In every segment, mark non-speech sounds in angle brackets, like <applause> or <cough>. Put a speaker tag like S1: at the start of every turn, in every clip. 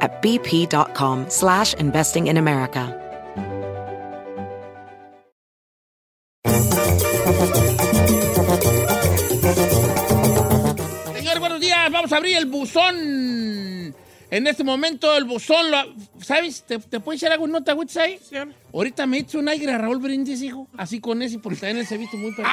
S1: at bp.com slash investing in America.
S2: Señor, buenos días. Vamos a abrir el buzón. En este momento, el buzón, lo- ¿sabes? ¿Te, te puede echar algo? ¿No te agüites ahí? Ahorita me echo un aire a Raúl Brindis, hijo. Así con ese, porque también él se viste muy
S3: <laughs>
S2: perro.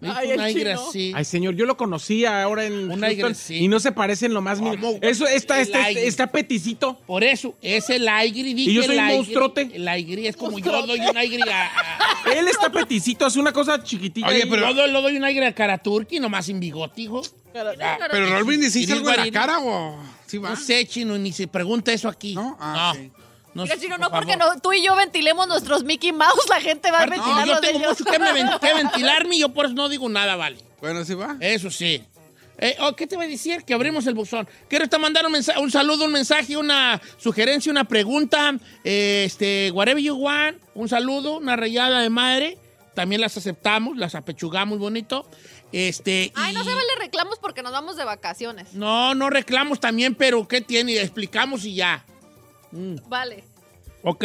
S2: Me hizo
S3: Ay,
S2: un
S3: el
S2: aire
S3: chino.
S2: así.
S4: Ay, señor, yo lo conocí ahora en
S2: Un
S4: Houston
S2: aire, sí.
S4: y no se parecen lo más mínimo.
S2: ¿Cómo?
S4: Eso este, está,
S2: El
S4: está, está,
S2: aire.
S4: está peticito.
S2: Por eso, es el aire. Dije,
S4: Y yo soy
S2: el aire.
S4: monstruote.
S2: El aire es como yo doy un aire a...
S4: <laughs>
S2: a-
S4: Él está peticito, hace una cosa chiquitita.
S5: Oye,
S4: ahí.
S5: pero-
S2: yo doy, lo doy un aire a Karaturki, nomás sin bigote, hijo.
S3: Cara-
S5: Pero Raúl Brindis
S2: Y Pues,
S5: hizo
S2: Bill
S5: algo en la
S2: Guarini.
S5: cara o. Sí, va.
S2: No sé, chino, ni se pregunta eso aquí.
S5: ¿No? Ah,
S2: no.
S5: ok.
S2: No
S3: Mira,
S2: sé,
S3: si no,
S2: por
S3: no, porque
S2: favor.
S3: no, tú y yo ventilemos nuestros Mickey Mouse, la gente va a
S2: Aparte,
S3: ventilar
S2: yo
S3: los de
S2: tengo
S3: ellos.
S2: mucho que, me ven- que ventilarme y yo por eso no digo nada, vale.
S5: Bueno, sí va.
S2: Eso sí. Eh, oh, ¿Qué te voy a decir? Que abrimos el buzón. Quiero te mandar un, mensa- un saludo, un mensaje, una sugerencia, una pregunta. eh, este, whatever you want, un saludo, una rayada de madre. También las aceptamos, las apechugamos bonito. Este,
S3: Ay, no
S2: y-
S3: se vale reclamos porque nos vamos de vacaciones.
S2: No, no reclamos también, pero ¿qué tiene? Explicamos y ya. Mm.
S3: Vale.
S2: Ok.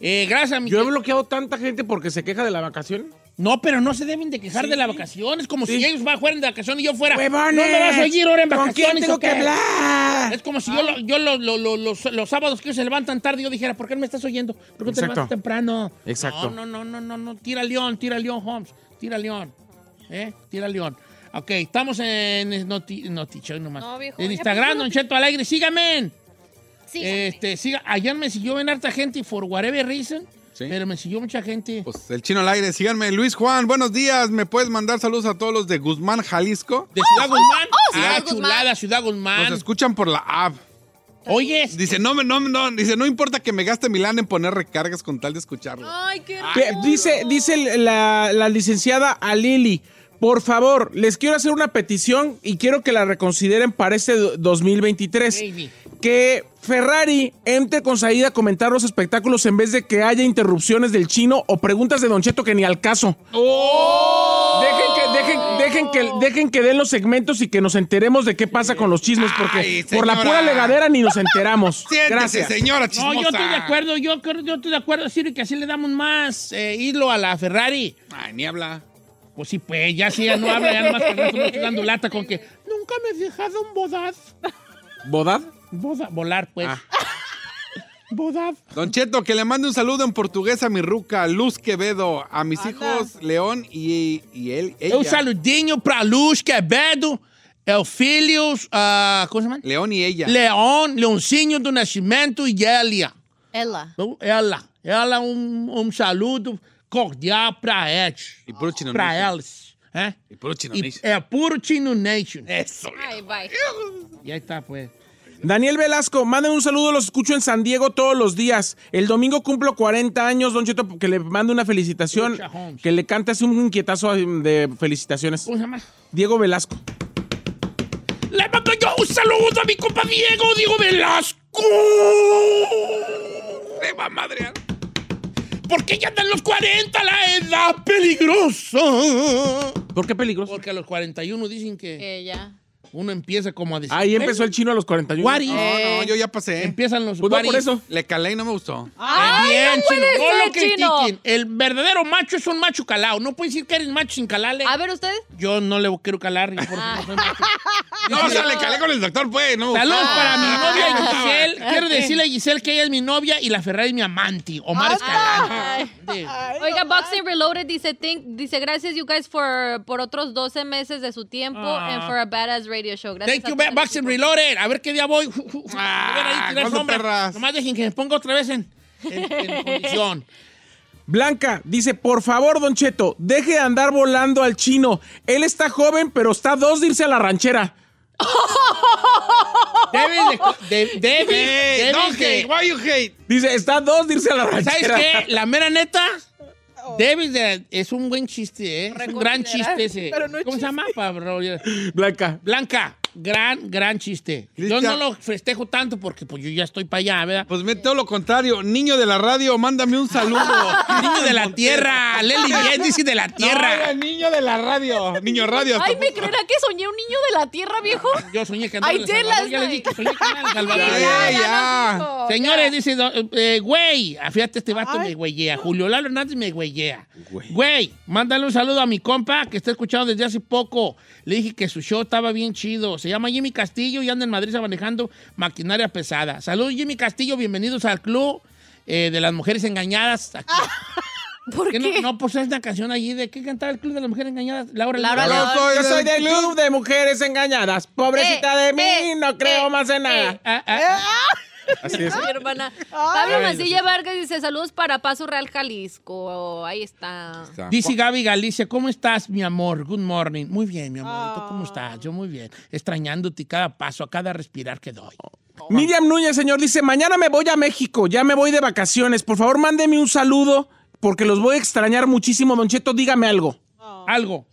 S2: Eh, gracias a mi
S4: Yo he bloqueado tanta gente porque se queja de la vacación.
S2: No, pero no se deben de quejar de las vacaciones, como si
S4: Sí.
S2: ellos va- fueran de vacaciones y yo fuera.
S4: ¡Huevones!
S2: No me vas a oír ahora en
S4: ¿Con
S2: vacaciones.
S4: quién
S2: o
S4: tengo
S2: qué?
S4: que hablar? Ah.
S2: Es como si yo, lo- yo lo- lo- lo- los, los sábados que ellos se levantan tarde yo dijera, ¿por qué me estás oyendo? ¿Por qué te
S4: Exacto.
S2: levantas temprano?
S4: Exacto.
S2: No, no, no, no, no, no. Tira León, tira León, Holmes. Tira León. ¿Eh? Tira León. Ok, estamos en noti, Notichoy nomás.
S3: No, viejo,
S2: en
S3: ya
S2: Instagram,
S3: puso
S2: Don Cheto Alegre. Síganme.
S3: Sí.
S2: Este, siga. Ayer me siguió en harta gente for whatever reason.
S5: Sí.
S2: Pero me siguió mucha gente.
S5: Pues el chino al aire. Síganme. Luis Juan, buenos días. ¿Me puedes mandar saludos a todos los de Guzmán, Jalisco?
S2: De Ciudad Guzmán.
S3: oh, Ciudad
S2: ah,
S3: Guzmán.
S2: chulada, Ciudad Guzmán.
S5: Nos escuchan por la app.
S2: Oye, este,
S5: Dice, no, me- no, me- no, dice, no importa que me gaste Milán en poner recargas con tal de escucharlo.
S3: Ay, qué
S4: Pe-
S3: hermoso.
S4: dice dice el- la, la licenciada Alili, por favor, les quiero hacer una petición y quiero que la reconsideren para este do- 2023.
S2: Maybe.
S4: Que Ferrari entre con salida a comentar los espectáculos en vez de que haya interrupciones del chino o preguntas de Don Cheto que ni al caso.
S5: ¡Oh!
S4: Dejen, que, dejen, dejen, que, dejen que den los segmentos y que nos enteremos de qué pasa con los chismes, porque
S5: Ay,
S4: por la
S5: señora.
S4: pura legadera ni nos enteramos.
S5: <laughs> Siéntese,
S4: Gracias.
S5: señora chismosa.
S2: No, yo estoy de acuerdo, yo, creo- yo estoy de acuerdo, Siri, que así le damos más eh, hilo a la Ferrari.
S5: Ay, ni habla.
S2: Pues sí, pues, ya sí, ya no habla, ya nomás que no estoy dando lata con que nunca me he dejado un bodad.
S4: ¿Bodad?
S2: Boda- volar, pues. <laughs>
S4: Ah.
S2: Bodad.
S5: Don Cheto, que le mande un saludo en portugués a mi ruca, Luz Quevedo, a mis hijos León y, y él. Ella.
S2: Un saludinho pra Luz Quevedo, el filhos, ah, ¿cómo se llama?
S5: León y ella.
S2: León, Leoncinho do Nascimento e Elia.
S3: Ella.
S2: Então, ela, ela um, um saludo cordial pra eles.
S5: Y puro chino
S2: Pra
S4: né?
S5: nation.
S2: elas. É?
S5: Y puro chino
S2: E-
S5: nation.
S2: é puro Chino Nation.
S4: É.
S5: Eso.
S3: Ay, bye.
S2: E aí tá, pues.
S4: Daniel Velasco, manden un saludo, los escucho en San Diego todos los días. El domingo cumplo 40 años, Don Cheto, que le mando una felicitación,
S2: Lucha Holmes.
S4: que le cantes un inquietazo de felicitaciones.
S2: ¿Cómo se llama?
S4: Diego Velasco.
S2: Le mando yo un saludo a mi compa Diego, Diego Velasco.
S5: Le va a madrear.
S2: Porque ya dan los 40, la edad peligrosa.
S4: ¿Por qué peligroso?
S6: Eh.
S2: Porque a los 41 dicen que...
S3: Ella.
S2: uno empieza como a decir.
S4: Ahí empezó el chino a los 41.
S2: What if?
S5: No, no, yo ya pasé.
S2: Empiezan los
S4: Pues no,
S2: what
S4: por
S2: if.
S4: eso.
S5: Le calé y no me gustó.
S2: Ah, Ay,
S6: no puede
S2: chino. No lo
S6: ser, chino.
S2: critiquen. El verdadero macho es un macho calado. No puedes decir que eres macho sin calarle.
S3: A ver, ustedes.
S2: Yo no le quiero calar. porque no soy macho.
S5: No, o sea, le calé con el doctor, pues. No. me gustó.
S2: Saludos para mi
S5: Ah,
S2: novia
S5: no estaba.
S2: Giselle. Quiero decirle a Giselle que ella es mi novia y la Ferrari es mi amante. Omar Escalante. De-
S6: Oiga, Boxing Reloaded dice, "Thank- dice gracias you guys for, por otros 12 meses de su tiempo
S2: Ah.
S6: and for a badass radio show. Gracias
S2: Thank
S6: a
S2: you,
S6: todo el
S2: Boxing
S6: equipo.
S2: Reloaded. A ver qué día voy.
S5: Ah,
S2: A ver ahí tirar
S5: ¿cuándo,
S2: sombra.
S5: perras?
S2: Nomás dejen que me ponga otra vez en, en- en condición.
S4: Blanca dice, por favor, Don Cheto, deje de andar volando al chino. Él está joven, pero está a dos de irse a la ranchera.
S2: Debes de... co- de- debes-
S5: Hey,
S2: debes
S5: don't
S2: de-
S5: hate. Why you hate?
S4: Dice, está a dos de irse a la
S2: ¿Sabes
S4: ranchera.
S2: qué? La mera neta, David de- es un buen chiste, ¿eh? Es un gran chiste ese. ¿Cómo se llama? Pablo?
S4: <laughs> Blanca.
S2: Blanca, gran, gran chiste. Yo
S5: Cristian.
S2: no lo festejo tanto porque pues yo ya estoy para allá, ¿verdad?
S5: <laughs> Pues me todo lo contrario. Niño de la radio, mándame un
S2: <laughs>
S5: saludo.
S2: Niño de la tierra, Leli Bien dice de
S5: <laughs>
S2: la
S5: No,
S2: tierra.
S5: era niño de la radio. Niño radio.
S6: Ay, ¿me creerá que soñé un niño de la tierra, viejo?
S2: Yo soñé que andaba en
S6: I
S2: El
S6: did
S2: Salvador,
S6: last
S2: ya les dije
S6: night.
S2: que soñé que andaba en El Salvador.
S5: Ya, ya,
S2: Ya, ya.
S5: ya.
S6: Oh,
S2: Señores, dice, do- eh, güey, ah, fíjate, este vato me güeyea. Julio Lalo Hernández me güeyea. Güey, mándale un saludo a mi compa que está escuchando desde hace poco. Le dije que su show estaba bien chido. Se llama Jimmy Castillo y anda en Madrid manejando maquinaria pesada. Saludos, Jimmy Castillo. Bienvenidos al club eh, de las mujeres engañadas. Aquí.
S6: ¿Por
S2: ¿Qué
S6: qué?
S2: no, no pusiste una canción allí de qué cantaba el club de las mujeres engañadas? Laura
S3: Laura
S2: León.
S3: León.
S5: Yo soy
S4: Yo soy
S5: del
S4: del club de mujeres engañadas. Pobrecita de mí,
S6: eh,
S4: no creo
S6: eh,
S4: más en nada.
S6: eh.
S2: Ah, ah,
S4: Así es.
S6: Mi
S4: <laughs>
S6: hermana. Pablo
S2: Ay,
S6: Mancilla Vargas dice, saludos para Paso Real, Jalisco. Ahí está.
S5: Está.
S2: Dice Gaby Galicia, ¿cómo estás, mi amor? Good morning. Muy bien, mi amor. ¿Y tú cómo estás? Yo muy bien. Extrañándote cada paso, a cada respirar que doy.
S4: Miriam Núñez, señor, dice, mañana me voy a México, ya me voy de vacaciones. Por favor, mándeme un saludo, porque los voy a extrañar muchísimo. Don Cheto, dígame algo.
S5: <laughs>
S2: Algo.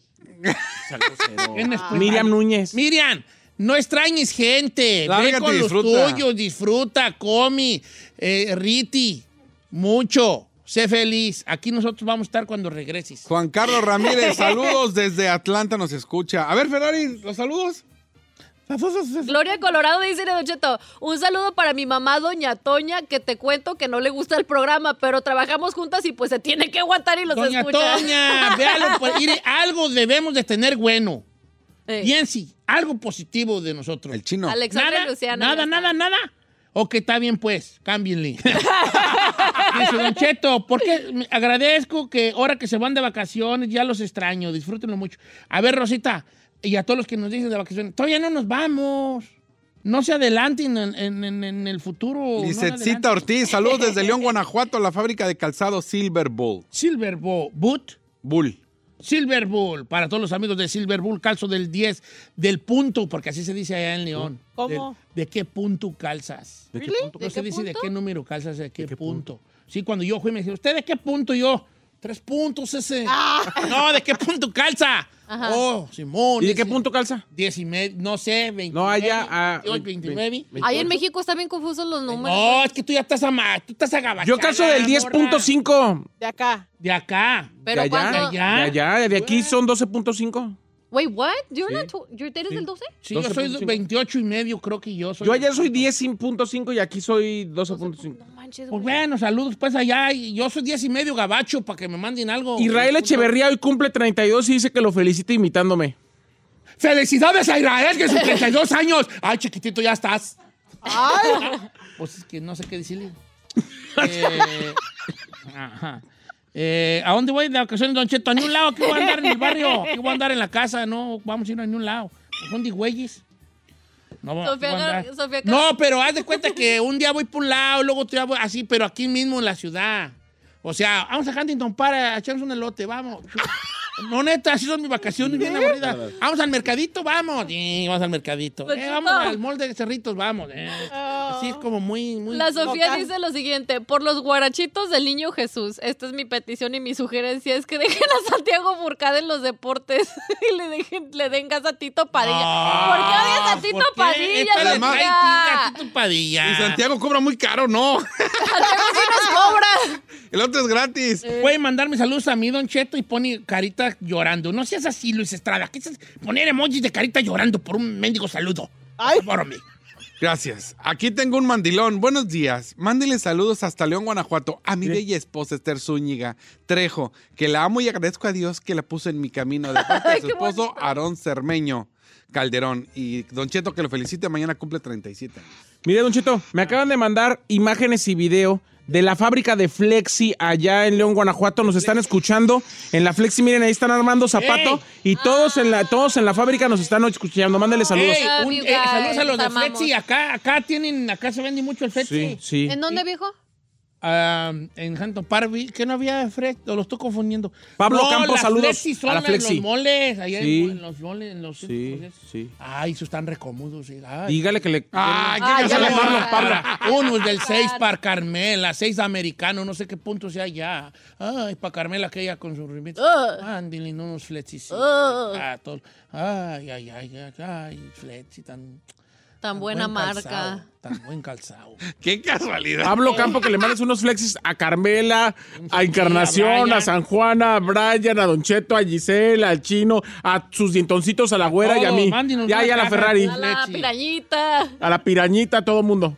S2: ¿Quién es tu-
S4: Miriam Núñez.
S2: Ah. Miriam, no extrañes gente. Ve
S5: Lárgate
S2: con
S5: y
S2: los
S5: disfruta.
S2: tuyos, disfruta, comi, eh, riti, mucho. Sé feliz. Aquí nosotros vamos a estar cuando regreses.
S5: Juan Carlos Ramírez, saludos desde Atlanta, nos escucha. A ver, Ferrari, los saludos.
S6: Gloria Colorado dice Don Cheto, un saludo para mi mamá Doña Toña, que te cuento que no le gusta el programa, pero trabajamos juntas y pues se tiene que aguantar y los
S2: Doña
S6: escucha.
S2: Toña, véalo. pues, mire, algo debemos de tener bueno.
S6: Eh,
S2: Piense, algo positivo de nosotros.
S5: El chino.
S6: Alexandra Luciana.
S2: Nada,
S6: ya
S2: nada,
S6: está.
S2: nada. O que está bien, pues,
S6: <laughs>
S2: cámbienle. Dice Don Cheto, porque me- agradezco que ahora que se van de vacaciones, ya los extraño, disfrútenlo mucho. A ver, Rosita, y a todos los que nos dicen de vacaciones, todavía no nos vamos. No se adelanten en, en- en- en el futuro. no se
S5: Lisetcita
S2: adelanten.
S5: Ortiz, saludos desde
S2: <laughs>
S5: León, Guanajuato, la fábrica de calzado Silver Bull.
S2: Silver Bo- Boot.
S5: Bull.
S2: Silver Bull, para todos los amigos de Silver Bull, calzo del 10, del punto, porque así se dice allá en León.
S7: ¿Cómo?
S2: ¿De, de qué punto calzas?
S4: ¿De qué punto?
S2: No se dice de qué número calzas, de qué,
S4: qué
S2: punto? Sí, cuando yo fui me decía, ¿usted de qué punto Y yo? Tres puntos ese.
S4: Ah.
S2: <laughs> No, ¿de qué punto calza? Oh, Simón.
S4: ¿Y de
S2: ese.
S4: qué punto calza?
S2: Diez y medio, no sé, 29.
S4: No, allá, ah,
S2: 28, 29.
S6: Ahí en México están bien confusos los números.
S2: Eh, No, es que tú ya estás ama, tú estás
S4: Yo
S2: agabachada,
S4: calzo del
S2: morra.
S4: 10.5.
S7: De acá.
S2: De acá.
S6: Pero
S4: de allá,
S6: cuando-
S4: de allá, de allá, de aquí son 12.5.
S6: Wait, what? You're
S4: Sí.
S6: not tw- your date is
S4: Sí.
S6: el 12?
S2: Sí, yo soy
S4: 12.5.
S2: 28 y medio, creo que yo soy.
S4: Yo allá
S6: Pues
S4: soy 10.5 y aquí soy 12.5.
S6: No manches,
S2: Pues
S6: güey.
S2: bueno, saludos pues allá. Y Yo soy diez y medio gabacho para que me manden algo.
S4: Israel Echeverría hoy cumple 32 y dice que lo felicita imitándome.
S2: ¡Felicidades a Israel que sus 32 años! ¡Ay, chiquitito, ya estás! Pues es que no sé qué <laughs> decirle. Eh, ajá. Eh, ¿A dónde voy de vacaciones, Don Cheto? ¿A ningún lado? ¿Qué voy a andar en el barrio? ¿Qué voy a andar en la casa? No, vamos a ir a ningún lado. Son de güeyes. No, voy a-
S6: Sofía
S2: voy a
S6: Gar-
S2: andar.
S6: Sofía Gar-
S2: no, pero haz de cuenta que un día voy por un lado, luego otro día voy así, pero aquí mismo en la ciudad. O sea, vamos a Huntington para a echarnos un elote, vamos. No, neta, así son mis vacaciones, bien aburridas. Vamos al mercadito, vamos. Sí, vamos al mercadito.
S6: Pues
S2: Eh, vamos al molde de cerritos, vamos. eh. Así es como muy, muy.
S6: Oh. La Sofía
S7: loca.
S6: dice lo siguiente, por los guarachitos del niño Jesús, esta es mi petición y mi sugerencia es que dejen a Santiago Burcada en los deportes <laughs> y le, dejen, le den gas a Tito Padilla. ¿Por qué odias a Tito
S2: Ah, ¿Por qué?
S6: Padilla?
S2: Esta le trae
S6: Sofía?
S2: tigre a Tito Padilla.
S5: Y Santiago cobra muy caro, ¿no? <laughs>
S6: Santiago sí nos cobra.
S5: El otro es gratis.
S2: Pueden mandar mis saludos a mí, Don Cheto, y pone carita llorando. No seas así, Luis Estrada. ¿Qué es poner emojis de carita llorando por un mendigo saludo?
S7: Ay.
S2: Fórame.
S5: Gracias. Aquí tengo un mandilón. Buenos días. Mándele saludos hasta León, Guanajuato, a mi bella esposa Esther Zúñiga Trejo, que la amo y agradezco a Dios que la puso en mi camino de
S2: <laughs>
S5: parte de su esposo Aarón Cermeño Calderón. Y Don Cheto, que lo felicite, mañana cumple 37 años.
S4: Mire, Don Cheto, me acaban de mandar imágenes y video de la fábrica de Flexi allá en León, Guanajuato. Nos están escuchando en la Flexi. Miren, ahí están armando zapato y todos en
S6: Ah.
S4: la todos en la fábrica nos están escuchando. Mándale saludos.
S2: Ey, un-
S6: Love you
S2: eh,
S6: guys.
S2: saludos a los de
S6: Los amamos.
S2: Flexi. Acá, acá tienen, acá se vende mucho el Flexi.
S4: Sí, sí.
S6: ¿En dónde, viejo?
S2: Ah, en Hanton Park, vi que no había Flexi, o lo estoy confundiendo.
S4: Pablo
S2: no,
S4: Campos,
S2: las
S4: saludos
S2: Flexi son
S4: a la
S2: en
S4: Flexi.
S2: los moles, allá en-
S4: Sí.
S2: en, los moles, en los
S4: Sí,
S2: pues, es-
S4: sí.
S2: Ay, esos están recomodos. sí. Ay.
S4: Dígale que le.
S2: Ah,
S5: ¡Ay, qué
S6: Ay, Ah, ya
S5: casualidad!
S6: me voy.
S2: Para, para. Uno es del 6 para Carmela, 6 americano, no sé qué punto sea ya. Ay, para Carmela que ella con su rimito. Ándale, no unos flexis. Ah, todo. Ay, ay, ay, ay, ay, flexi tan.
S6: Tan buena
S2: buen
S6: marca.
S2: calzado, tan buen calzado.
S5: ¡Qué casualidad!
S2: Ah,
S4: Pablo Campo, que le mandes unos flexis a Carmela, a
S2: a
S4: Encarnación,
S2: Brian.
S4: a San Juana, a Brian, a Don Cheto, a Gisela, al Chino, a sus dientoncitos, a la güera y a
S2: Todo,
S4: mí.
S2: mándenos
S4: Ya,
S2: una
S4: ya, a la
S2: caja.
S4: Ferrari,
S6: A la
S2: Leche.
S6: pirañita.
S4: a la pirañita, a todo mundo.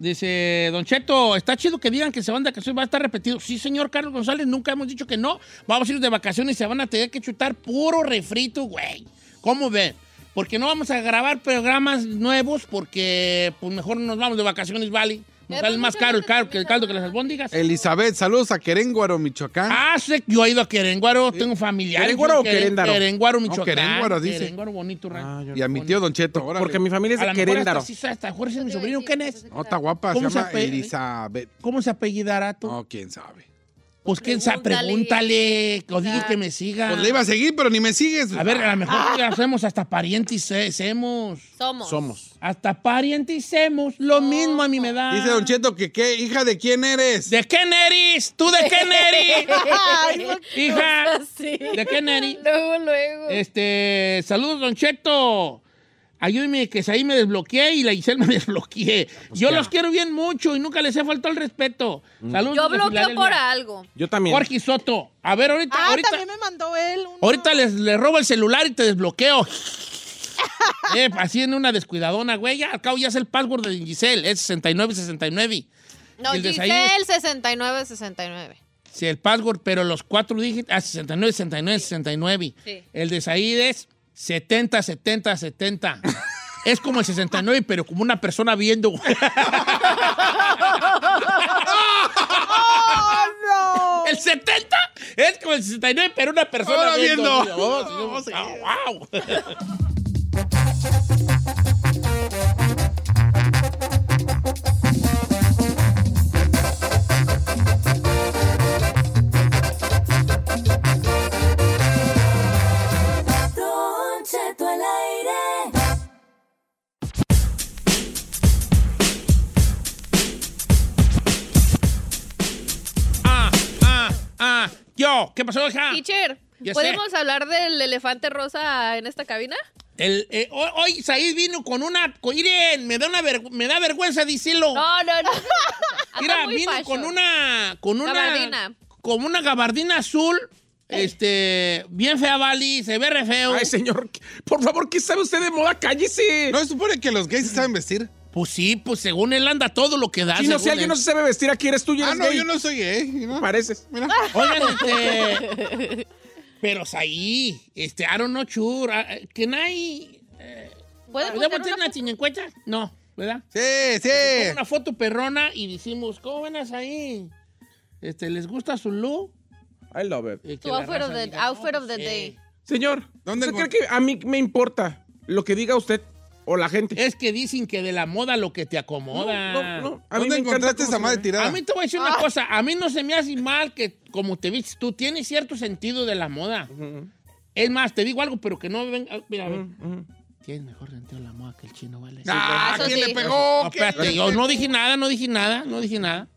S2: Dice, Don Cheto, está chido que digan que se van de vacaciones, va a estar repetido. Sí, señor Carlos González, nunca hemos dicho que no. Vamos a ir de vacaciones y se van a tener que chutar puro refrito, güey. ¿Cómo ven? Porque no vamos a grabar programas nuevos porque pues mejor nos vamos de vacaciones, ¿vale? Nos
S6: Pero
S2: sale más
S6: muchas
S2: caro el,
S6: veces
S2: caro que el
S6: también
S2: caldo
S6: pues, se
S2: que las albóndigas.
S5: Elizabeth, saludos a Querénguaro, Michoacán.
S2: pues, Ah, sé que yo he ido a Querenguaro, tengo familiares.
S4: ¿Querénguaro o
S2: Queren-
S4: Queréndaro?
S2: Querénguaro, Michoacán.
S5: Querénguaro, dice.
S2: Querénguaro, bonito,
S4: Ah,
S2: rancho.
S4: yo-
S5: y a mi tío Don Cheto. órale.
S4: Porque mi familia es
S2: A
S4: de
S2: lo mejor hasta
S4: Queréndaro.
S2: sí, hasta Jorge es mi
S6: Yo pues, te iba a
S2: sobrino.
S6: decir,
S2: ¿Quién
S6: no
S2: es?
S6: sé qué
S5: No, está
S6: tal.
S5: guapa, se
S2: ¿Cómo se
S5: llama
S2: apellida?
S5: Elizabeth.
S2: ¿Cómo se apellidará tú?
S5: No, quién sabe.
S2: Pues quién sabe, pregúntale,
S6: Pregúntale.
S2: que os diga que me siga.
S5: Pues le iba a seguir, pero ni me sigues. Ah.
S2: A ver, a lo mejor
S6: Ah.
S2: que hacemos hasta parientes, eh, hacemos.
S6: Somos.
S4: Somos.
S2: Hasta parientes, hacemos. Lo mismo a mí me da.
S5: Dice Don Cheto que qué, hija de quién eres.
S2: ¿De quién eres? ¿Tú de quién
S6: <laughs>
S2: eres? Hija,
S6: Sí.
S2: ¿de quién eres?
S6: Luego, luego.
S2: Este, saludos, Don Cheto. Ayúdeme, que ahí me desbloqueé y la Isel me <laughs> desbloqueé. Yo los quiero bien mucho y nunca les he faltado el respeto.
S5: Mm.
S2: Saludos.
S6: Yo
S2: desde
S6: bloqueo por
S2: Filadelfia.
S6: algo.
S4: Yo también.
S2: Jorge Soto. A ver, ahorita,
S7: Ah,
S2: ahorita.
S7: también me mandó él. uno.
S2: Ahorita les, les robo el celular y te
S7: <laughs>
S2: desbloqueo. Eh, así en una descuidadona, güey. Ya, al cabo ya es el password de Giselle. Es 6969.
S3: No,
S2: ¿Y el
S3: Giselle
S2: desayuno?
S3: 6969.
S2: Sí, el password, pero los cuatro dígitos. Ah, 69, 69, 69.
S3: Sí.
S2: El de Said es 70, 70, 70. es como el 69, pero como una persona viendo.
S7: ¡Oh,
S2: el 70 es como el 69, pero una persona
S5: Ahora
S2: viendo.
S5: viendo.
S2: Oh, sí. Ah, wow. Ah, ah, ah. Yo, ¿qué pasó, hija?
S6: Teacher,
S2: Ya sé.
S6: ¿podemos hablar del elefante rosa en esta cabina?
S2: El, eh, hoy, hoy Said vino con una. con- miren, me da, una vergü- me da vergüenza decirlo.
S6: No, no, no. Anda
S2: Mira,
S6: muy
S2: vino
S6: fashion.
S2: con una. Con una.
S6: Gabardina.
S2: Con una gabardina azul. Este. Bien fea, Bali. Se ve re feo.
S4: Ay, señor, por favor, ¿qué sabe usted de moda? Cállese.
S5: ¿No se supone que los gays se saben vestir?
S2: Pues sí, pues según él anda todo lo que da.
S4: Chino,
S2: según
S4: si alguien
S2: él.
S4: no se sabe vestir aquí, eres tú y
S5: Ah,
S4: eres
S5: no,
S4: gay.
S5: yo no soy gay. ¿no?
S4: Pareces.
S5: Mira.
S4: <laughs>
S2: Oigan, este. pero Said. Este, I don't know, sure. I- Can I. eh,
S6: ¿Puede
S2: ¿Debo
S6: poner
S2: hacer
S6: una
S2: una chiñencueta? No, ¿verdad?
S5: Sí,
S2: Pongo
S5: sí.
S2: una foto perrona y decimos, ¿cómo ven ahí? Este, ¿Les gusta su look?
S4: I love it.
S2: Eh, que
S6: Tu
S2: la
S6: outfit of
S2: raza
S6: the-
S2: diga,
S6: outfit
S2: no,
S6: of the
S2: pues,
S6: day.
S2: eh.
S4: Señor,
S5: ¿Dónde
S4: ¿usted
S5: encont-
S4: cree que a mí me importa lo que diga usted o la gente?
S2: Es que dicen que de la moda lo que te acomoda.
S4: No, no, a mí
S5: ¿Dónde
S4: me encanta
S5: encontraste
S4: cómo
S5: esa
S4: se
S5: madre
S4: ve.
S5: tirada?
S2: A mí te voy a decir una cosa. A mí no se me hace mal que, como te viste, tú tienes cierto sentido de la moda. Es más, te digo algo, pero que no me venga. ah, Mira, a ver. Tienes mejor sentido de la moda que el chino, ¿vale?
S5: Ah,
S3: Eso
S5: ¿quién
S3: sí.
S5: le pegó?
S2: No,
S5: ¿Quién le
S2: espérate, yo
S5: pegó?
S2: no dije nada, no dije nada, no dije nada.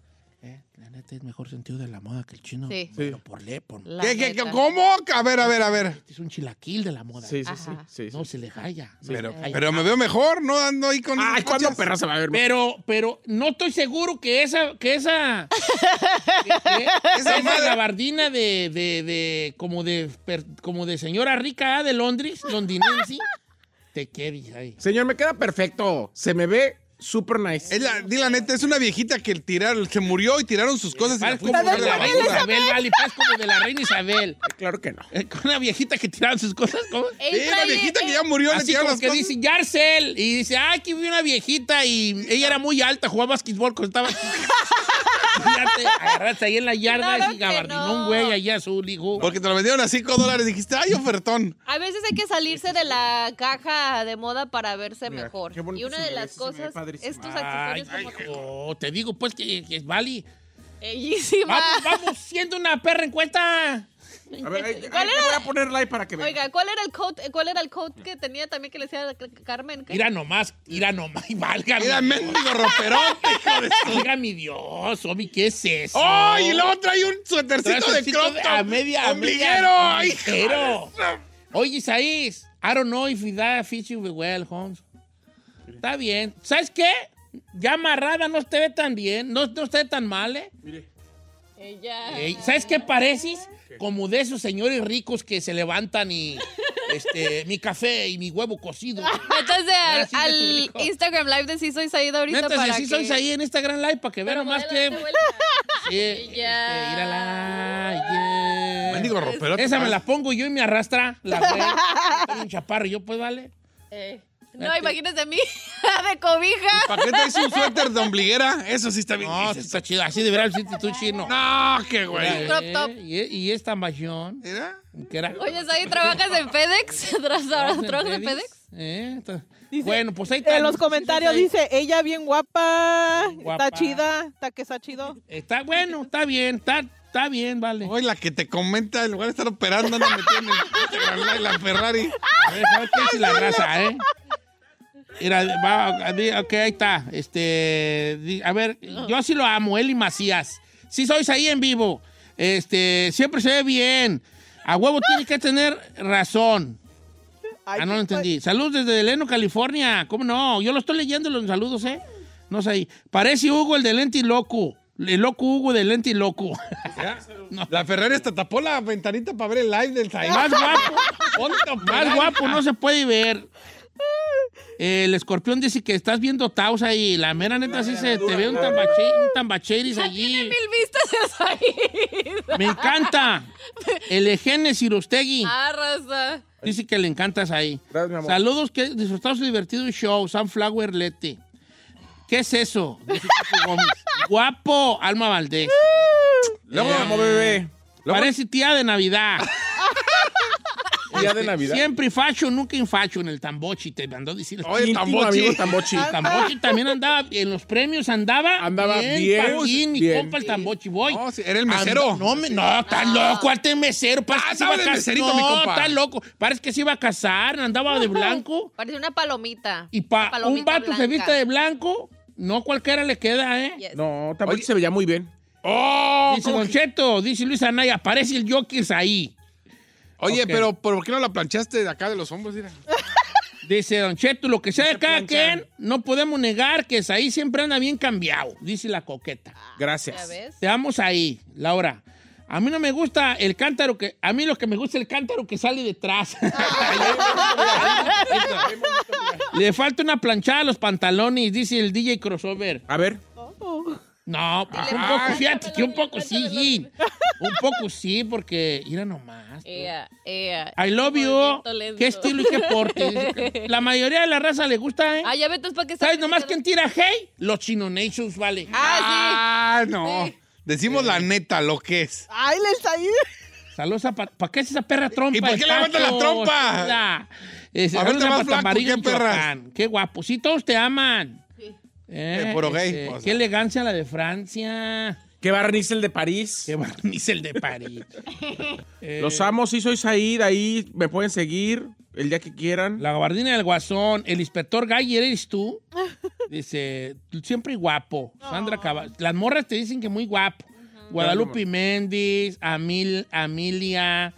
S2: Eh, La neta es mejor sentido de la moda que el chino.
S3: Sí.
S2: Pero por le, por...
S3: La
S5: ¿Qué, qué, qué,
S3: neta.
S5: cómo A ver, a ver, a ver.
S2: Es un chilaquil de la moda.
S4: Sí, sí, sí.
S3: Ajá.
S4: sí, sí.
S2: No se le jaya. se
S5: Pero,
S2: le jaya.
S5: pero me veo mejor, no ando ahí con.
S4: Ay, ¿cuándo perra se va a ver?
S2: Pero, pero no estoy seguro que esa, que esa,
S5: <laughs>
S2: que- que
S5: Esa
S2: esa
S5: madre.
S2: gabardina de, de, de, como de, per- como de señora rica ¿ah? de Londres, londinense, te quedes ahí.
S4: Señor, me queda perfecto. Se me ve super nice.
S5: Es la, di la neta, es una viejita que el tirar, se murió y tiraron sus cosas y la
S2: Paz
S5: fue
S2: como
S5: a
S2: de
S5: buscar
S2: la
S5: a la
S2: reina
S5: basura.
S2: Isabel, vale, paz como de la reina Isabel.
S4: Claro que no.
S2: Eh, Con una viejita que tiraba sus cosas, ¿cómo?
S6: Él
S5: Sí, la
S6: trae-
S5: viejita que
S6: él-
S5: ya murió Eh, le
S2: Así
S5: tiraron
S2: como
S5: las
S2: que
S5: cosas.
S2: dice Yarcel y dice, ah, aquí vi una viejita y ella era muy alta, jugaba basquetbol cuando estaba... <laughs> Fíjate, agarraste ahí en la yarda
S6: Claro
S2: y
S6: que
S2: gabardinó un
S6: no.
S2: güey allá azul, hijo.
S5: Porque te lo vendieron a 5 dólares. Dijiste, ay, ofertón.
S6: A veces hay que salirse de la caja de moda para verse
S4: Mira,
S6: mejor.
S4: qué bonito
S6: Y una
S4: se
S6: de
S4: me ve,
S6: las
S4: se me ve
S6: cosas
S4: padrísimo.
S6: es tus
S2: Ay,
S6: accesorios como
S2: ay, oh, te digo, pues, que, que es Bali.
S6: bellísima.
S2: Vamos, vamos, siendo una perra encuesta.
S4: A ver, ahí-
S6: ¿Cuál
S4: ahí te
S6: era?
S4: voy a poner like para que vean.
S6: Oiga, ¿cuál era el coat? eh, ¿Cuál era el coat que tenía también que le decía a C- Carmen? ¿Qué?
S2: Mira nomás, mira nomás, <laughs> y válgame.
S5: Era mendigo roperón, hijo de su-
S2: Mira, mi Dios, Omi, ¿qué es eso?
S5: ¡Ay! y luego trae un
S2: Traes
S5: suétercito Oh, de
S2: así
S5: crop
S2: todo
S5: top.
S2: A media, a
S5: Ombliguero.
S2: media-
S5: ay, hijo de
S2: Pero-
S5: su-
S2: Oye, Isaías, I don't know if that fits you well, Holmes. Está bien. ¿Sabes qué? Ya amarrada no te ve tan bien, no, no te ve tan mal, ¿eh?
S6: Ella.
S2: Ey, ¿Sabes qué pareces? Como de esos señores ricos que se levantan
S6: <laughs>
S2: y este, mi café y mi huevo cocido.
S6: Ah, Métase al,
S2: sí, de tu
S6: al
S2: rico.
S6: Instagram Live de Si Soy Saída ahorita
S2: Métase,
S6: para
S2: sí
S6: que... este
S2: sois ahí en Instagram Live para que vean más que. Sí, este,
S6: Ya.
S2: írala, yeah.
S5: Mendigo roperón.
S2: Esa me la pongo yo y me arrastra.
S6: <laughs>
S2: La fe. Soy un chaparro, yo pues vale.
S6: Eh, No, imagínese a mí <laughs> de cobija.
S5: ¿Para qué traes un suéter de ombliguera? Eso sí está bien.
S2: No, sí
S5: dices,
S2: está chido. Así debería decirte tú chino.
S4: Ah,
S2: Eh,
S5: No, qué güey.
S6: Crop top.
S2: Y, y esta mación,
S5: Mira.
S2: que era.
S6: Oye, Saí, ¿trabajas en FedEx? <laughs> ¿Tras- ahora ¿Trabajas en FedEx?
S2: Eh, está- bueno, pues ahí está.
S7: En los comentarios
S2: Sí, sí, sí,
S7: dice, ella bien guapa,
S2: Guapa.
S7: está chida, está que está chido.
S2: ahí. Está bueno, está bien, está, está bien, vale.
S5: Hoy la que te comenta, en lugar de estar operando, anda metida en el Instagram Live, la Ferrari.
S2: A ver, ¿sabes qué es la raza, eh? Mira, va, a mí- ok, ahí está. Este, di- a ver, yo sí lo amo, Eli Macías. Sí sois ahí en vivo. Este, siempre se ve bien. A huevo tiene que tener razón.
S7: Ay,
S2: ah, no lo
S7: qué-
S2: entendí. Saludos desde Deleno, California. ¿Cómo no? Yo lo estoy leyendo los saludos, ¿eh? No sé ahí. Parece Hugo el de Lenti Loco. El loco Hugo de Lenti Loco. <laughs>
S5: La Ferrari hasta tapó la ventanita para ver el live del Saí.
S2: más guapo.
S5: Ponte a
S2: Más
S5: operar,
S2: guapo
S5: hija.
S2: no se puede ver. El escorpión dice que estás viendo Tausa y la mera neta sí se te ve un, tambache- un tambacheris allí.
S6: Mil vistas el Saí.
S2: Me encanta. El Ejene Cirustegui
S6: Ah. Arrasa.
S2: dice que le encantas ahí.
S4: Gracias, mi amor.
S2: Saludos, que disfrutados su divertido show. Sunflower Leti. ¿Qué es eso? Dice Kiko Gómez. Guapo, Alma Valdés.
S4: Luego, amo, bebé. Luego,
S2: Parece tía de Navidad.
S4: día de Navidad.
S2: Siempre facho, nunca infacho en el tambochi. Te mandó decir.
S5: Oye,
S4: Íntimo
S5: Tambochi.
S4: amigo Ah. Tambochi.
S2: El Tambochi también andaba, en los premios andaba.
S4: Andaba bien,
S2: Paquín, mi
S4: bien.
S2: compa el Tambochi Boy.
S5: No, sí, era el mesero.
S2: Anda- no, me- no, está loco, este mesero. Parece
S5: Ah,
S2: que se
S5: andaba
S2: iba a
S5: de
S2: casar.
S5: meserito,
S2: no,
S5: mi compa.
S2: está loco. Parece que se iba a casar, andaba de blanco.
S6: Parece una palomita.
S2: Y pa,
S6: Una palomita
S2: un vato se
S6: blanca.
S2: viste de blanco, no cualquiera le queda, ¿eh?
S6: Yes.
S4: No, tampoco se veía muy bien.
S5: ¡Oh!
S2: dice
S5: ¿cómo
S2: Don
S5: que-
S2: Cheto, dice Luis Anaya, parece el Jokers ahí.
S5: Oye,
S2: Ok.
S5: pero ¿por qué no la planchaste de acá de los hombros? Mira.
S2: Dice Don Cheto, lo que sea de
S4: se
S2: cada
S4: planchan.
S2: quien, no podemos negar que ahí siempre anda bien cambiado, dice la coqueta.
S6: ¿Ya
S4: Gracias.
S6: ves?
S2: Te vamos ahí, Laura. A mí no me gusta el cántaro que. A mí lo que me gusta es el cántaro que
S6: <laughs>
S2: sale detrás. Le falta una planchada a los pantalones, dice el DJ Crossover.
S4: A ver.
S2: No, pues un poco, fíjate que un poco sí, sí. Un poco sí, porque. Mira nomás. tú.
S6: Ea, ea.
S2: I love you.
S6: Movimiento lento.
S2: Qué estilo y qué porte. Dice que La mayoría de la raza le gusta, ¿eh?
S6: <laughs> Ah, ya ves, entonces, ¿para qué
S2: ¿Sabes
S6: estás-
S2: nomás quién tira hey? Los Chino Nations, vale.
S6: Ah,
S5: Ah, no. Decimos la neta, lo que es.
S7: Ay, le está ahí.
S2: Saludos a ¿Para qué es esa perra trompa?
S5: ¿Y por qué
S2: de
S5: levanta la
S2: Paco?
S5: trompa?
S2: Chila. Eh,
S5: A ver,
S2: saludos
S5: te
S2: a
S5: vas
S2: Pata
S5: flaco,
S2: Amarillo
S5: ¿qué
S2: en
S5: perras?
S2: Michoacán. Qué guapo. Sí, todos te aman. Eh,
S5: Eh, puro gay,
S2: este,
S5: pues.
S2: Qué elegancia la de Francia.
S4: ¿Qué barniz el de París?
S2: Qué <laughs> barniz el de París. Eh,
S4: Los amo, sí soy Said, ahí me pueden seguir el día que quieran.
S2: La gabardina del guasón. El inspector Gayer,
S3: <laughs>
S2: ¿eres tú? Dice, siempre guapo. Sandra Cabal. Las morras te dicen que muy guapo. Guadalupe Méndez, Amil, Amelia.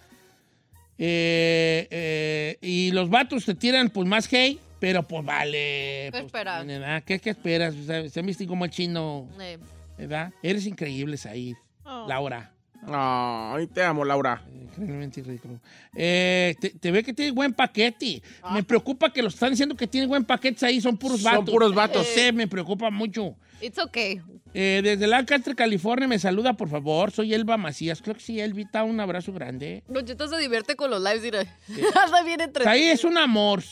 S2: eh, eh, y los vatos te tiran pues más hate, pero pues vale.
S3: ¿Qué
S2: pues,
S3: esperas?
S2: ¿verdad? ¿Qué, qué esperas? O sea, se viste como el chino,
S3: Eh,
S2: ¿verdad? Eres increíble, Said.
S7: Oh.
S2: Laura.
S4: Ay, te amo, Laura.
S2: Increíblemente ridículo. Eh, te, te ve que tienes buen paquete. Me preocupa que los están diciendo que tienes buen paquete ahí. Son puros
S4: Ah. Son
S2: vatos.
S4: puros vatos.
S2: Sí, me preocupa mucho.
S3: It's okay.
S2: Eh, desde Lancaster, California, me saluda, por favor. Soy Elba Macías. Creo que sí, Elvita, un abrazo grande.
S6: Luchito se divierte con los lives, mira. <laughs> Anda bien entretenido.
S2: Ahí es un amor.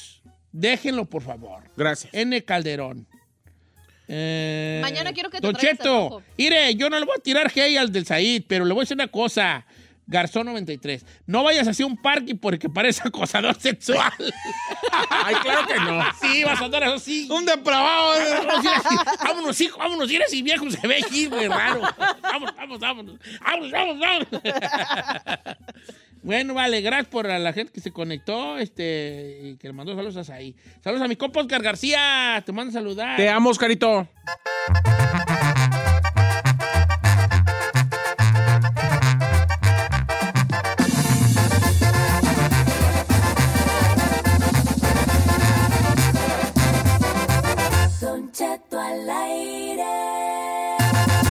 S2: Déjenlo, por favor.
S4: Gracias.
S2: N. Calderón. Eh,
S3: Mañana quiero que te
S2: Don
S3: traigas al
S2: Cheto,
S3: ojo.
S2: mire, yo no le voy a tirar hey al del Said, pero le voy a decir una cosa. Garzón 93, no vayas hacia un parque porque parece <laughs> acosador sexual.
S4: Ay, claro que no.
S2: sí, vas a andar así.
S5: Un depravado.
S2: Vámonos, ir así. vámonos, hijo, vámonos, ir así, viejo, se ve aquí, güey, raro. Vámonos, vámonos, vámonos. Vámonos, vámonos, vámonos. Bueno, vale, gracias por a la gente que se conectó, este, y que le mandó saludos a ahí. Saludos a mi compa Oscar García, te mando a saludar.
S4: Te amo, Oscarito.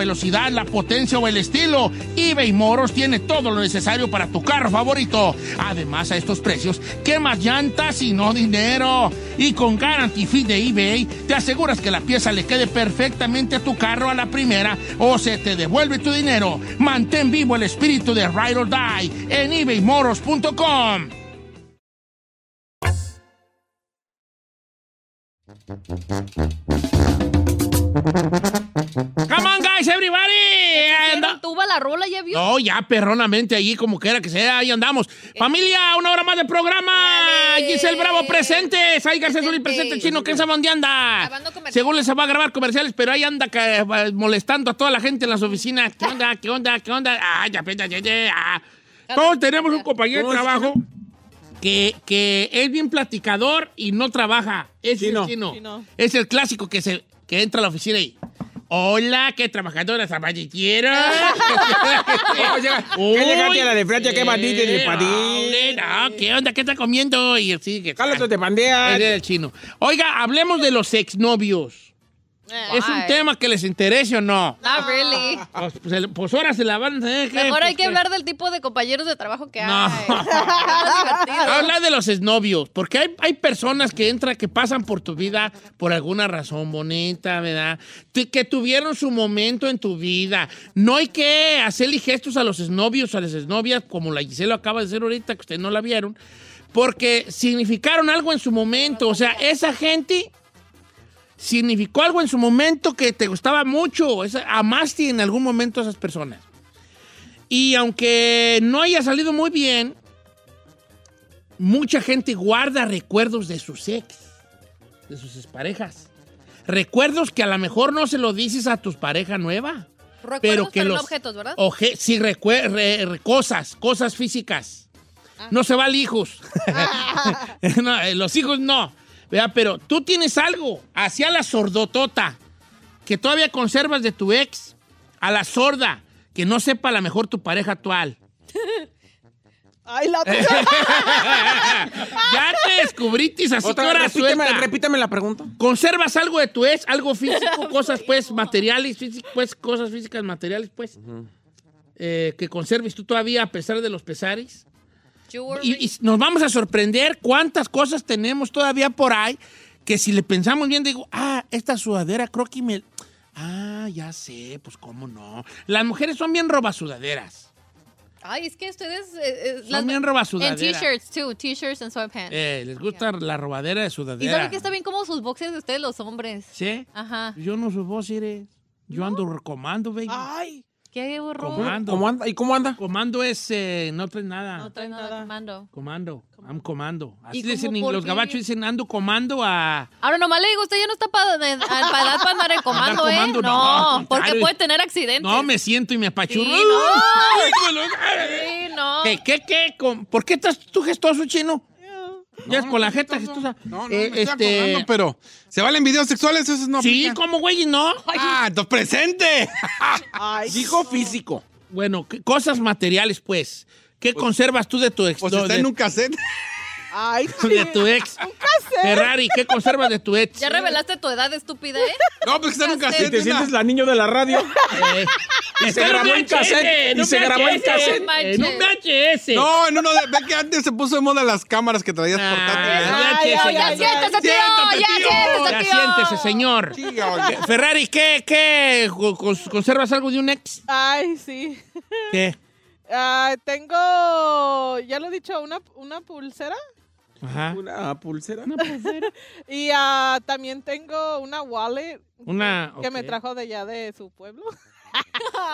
S2: velocidad, la potencia o el estilo, eBay Moros tiene todo lo necesario para tu carro favorito. Además, a estos precios, ¿qué más llantas y no dinero? Y con Guarantee Fee de eBay, te aseguras que la pieza le quede perfectamente a tu carro a la primera o se te devuelve tu dinero. Mantén vivo el espíritu de Ride or Die en eBayMoros.com. Come on, guys, everybody. And-
S3: Tuba la rola, ¿ya vio? Eh.
S2: No, ya perronamente allí, como quiera que sea, ahí andamos. Familia, una hora más de programa.
S3: Dale.
S2: Giselle Bravo presente. Sai Garcés Uri
S3: Presente.
S2: presente, chino, ¿quién sabe dónde anda?
S3: Grabando comerciales.
S2: Según les va a grabar comerciales, pero ahí anda ca- eh, molestando a toda la gente en las oficinas.
S3: <laughs>
S2: ¿Qué onda? ¿Qué onda? ¿Qué onda? Ah, ya, ya, ya, ya, ah. Todos tenemos un compañero de trabajo que, que es bien platicador y no trabaja. Es
S4: Chino.
S2: el chino.
S7: Chino.
S2: Es el clásico que se que entra a la oficina y. Hola, qué trabajadora zapatillera.
S4: <laughs> Oh, llega- ¿Qué llegaste a la de Francia? ¿Qué bandita de
S2: Patín?
S4: patín?
S2: No, ¿qué onda? ¿Qué está comiendo? Y así que.
S4: Carlos te
S2: Ah, ese
S4: pandea.
S2: era el chino. Oiga, hablemos de los exnovios.
S3: Eh,
S2: ¿Es un
S3: ay.
S2: tema que les interese o no?
S3: Not really.
S2: Pues, pues, pues ahora se la van a tener que-
S3: Mejor hay que
S2: pues,
S3: hablar del tipo de compañeros de trabajo que hay.
S2: No.
S6: <laughs>
S3: Más divertido.
S2: Habla de los exnovios, porque hay, hay personas que entran, que pasan por tu vida por alguna razón bonita, ¿verdad? Te- que tuvieron su momento en tu vida. No hay que hacerle gestos a los exnovios, a las exnovias, como la Gisela acaba de hacer ahorita, que ustedes no la vieron, porque significaron algo en su momento. O sea, esa gente significó algo en su momento que te gustaba mucho. Esa, amaste en algún momento a esas personas. Y aunque no haya salido muy bien, mucha gente guarda recuerdos de sus ex, de sus parejas. Recuerdos que a lo mejor no se lo dices a tus pareja nueva.
S3: Recuerdos,
S2: pero que
S3: pero no
S2: los-
S3: objetos, ¿verdad?
S2: Oje- sí, recue- re- re- cosas, cosas físicas.
S3: Ah.
S2: No se
S3: <laughs>
S2: vale hijos. <laughs> No, eh, los hijos no. Vea, pero tú tienes algo hacia la sordotota que todavía conservas de tu ex, a la sorda, que no sepa a lo mejor tu pareja actual.
S7: Ay,
S2: <laughs>
S7: la otra.
S2: ya te descubriste, así que
S4: Otra,
S2: ahora
S4: repíteme,
S2: suelta.
S4: repíteme la pregunta.
S2: ¿Conservas algo de tu ex? Algo físico, cosas pues materiales, físi- pues cosas físicas materiales pues. Eh, que conserves tú todavía a pesar de los pesares. <laughs> Y, y nos vamos a sorprender cuántas cosas tenemos todavía por ahí que si le pensamos bien digo, ah, esta sudadera creo que me... Ah, ya sé, pues cómo no. Las mujeres son bien robasudaderas.
S3: Ay, es que ustedes... eh, eh,
S2: Son bien robasudaderas.
S3: En t-shirts, too. T-shirts and sweatpants.
S2: Eh, les gusta la robadera de
S3: y
S2: sudadera.
S3: saben que está bien como sus boxes de ustedes los hombres.
S2: ¿Sí?
S6: Ah.
S3: Ajá.
S2: Yo no soy vos, Ire. Yo ando comando, baby.
S7: Ay,
S3: Qué horror.
S2: comando.
S4: ¿Cómo anda? ¿Y cómo anda?
S2: Comando es, eh, no trae nada.
S3: No trae nada, mando.
S2: Comando, I'm comando. Así
S3: ¿Y cómo
S2: dicen,
S3: por
S2: los
S3: qué?
S2: gabachos dicen, ando comando a...
S3: Ahora nomás le digo, usted ya no está para para
S2: <laughs>
S3: andar en comando, ¿eh?
S2: comando, no,
S3: no, porque
S2: al contrario.
S3: puede tener accidentes.
S2: No, me siento y me apachurro.
S3: Sí, no.
S2: Ay, me lo-
S3: Sí, no.
S2: <laughs> ¿Qué, qué, qué? ¿Con- ¿Por qué estás tú gestoso, chino? ya es con la jeta gestosa.
S5: No, no,
S2: Eh,
S5: me estoy acordando, pero ¿se valen videos sexuales? Eso no
S2: Sí,
S5: aplica.
S2: como güey, no.
S5: Ah, entonces presente.
S2: <laughs>
S7: ay.
S4: Dijo físico.
S2: Bueno, ¿qué cosas materiales, pues. ¿Qué conservas tú de tu ex?
S5: Pues
S2: de,
S5: está en un cassette.
S7: Ay,
S2: <laughs> de
S3: <laughs>
S2: tu ex. Ferrari, ¿qué conservas de tu ex?
S3: Ya revelaste tu edad, estúpida,
S2: <laughs>
S3: ¿eh?
S5: No, pues está en un
S3: Cassette.
S4: Y
S5: cassette.
S4: te
S5: una-
S4: sientes la niño de la radio.
S2: Eh,
S4: Y se
S2: en
S4: grabó en
S2: VHS,
S4: cassette. Y
S2: un
S4: se grabó en
S2: VHS,
S4: cassette.
S2: En un VHS.
S5: No, en uno de... Ve que antes se puso de moda las cámaras que traías portátiles. ¿eh?
S2: Ah,
S7: Ay,
S2: VHS,
S7: ay,
S2: ya,
S3: Ya
S7: ay,
S2: ya.
S3: siéntese, tío.
S5: Siéntate,
S3: Ya
S5: tío.
S3: siéntese,
S2: Ya
S3: tío.
S2: siéntese, señor.
S5: Chica, oye.
S2: Ferrari, ¿qué, qué co- cons- conservas algo de un ex?
S7: Ay, sí. <laughs>
S2: ¿Qué?
S7: Ah, tengo, ya lo he dicho, una, una pulsera.
S2: Ajá.
S4: Una pulsera.
S7: Y ah, también tengo una wallet
S2: Una.
S7: que me
S2: ok.
S7: trajo de allá de su
S3: <laughs>
S7: pueblo.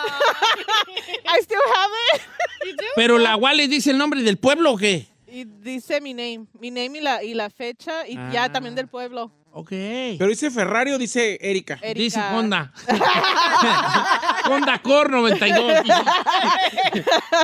S7: I still have it.
S2: Pero la Wally dice el nombre del pueblo o qué?
S7: Y dice mi name, mi name y la, y la fecha y
S2: Ah.
S7: ya también del pueblo.
S2: Ok.
S4: Pero dice Ferrari o dice Erika.
S7: Erika.
S2: Dice Honda. <laughs> Honda Core
S3: <laughs>
S2: 92.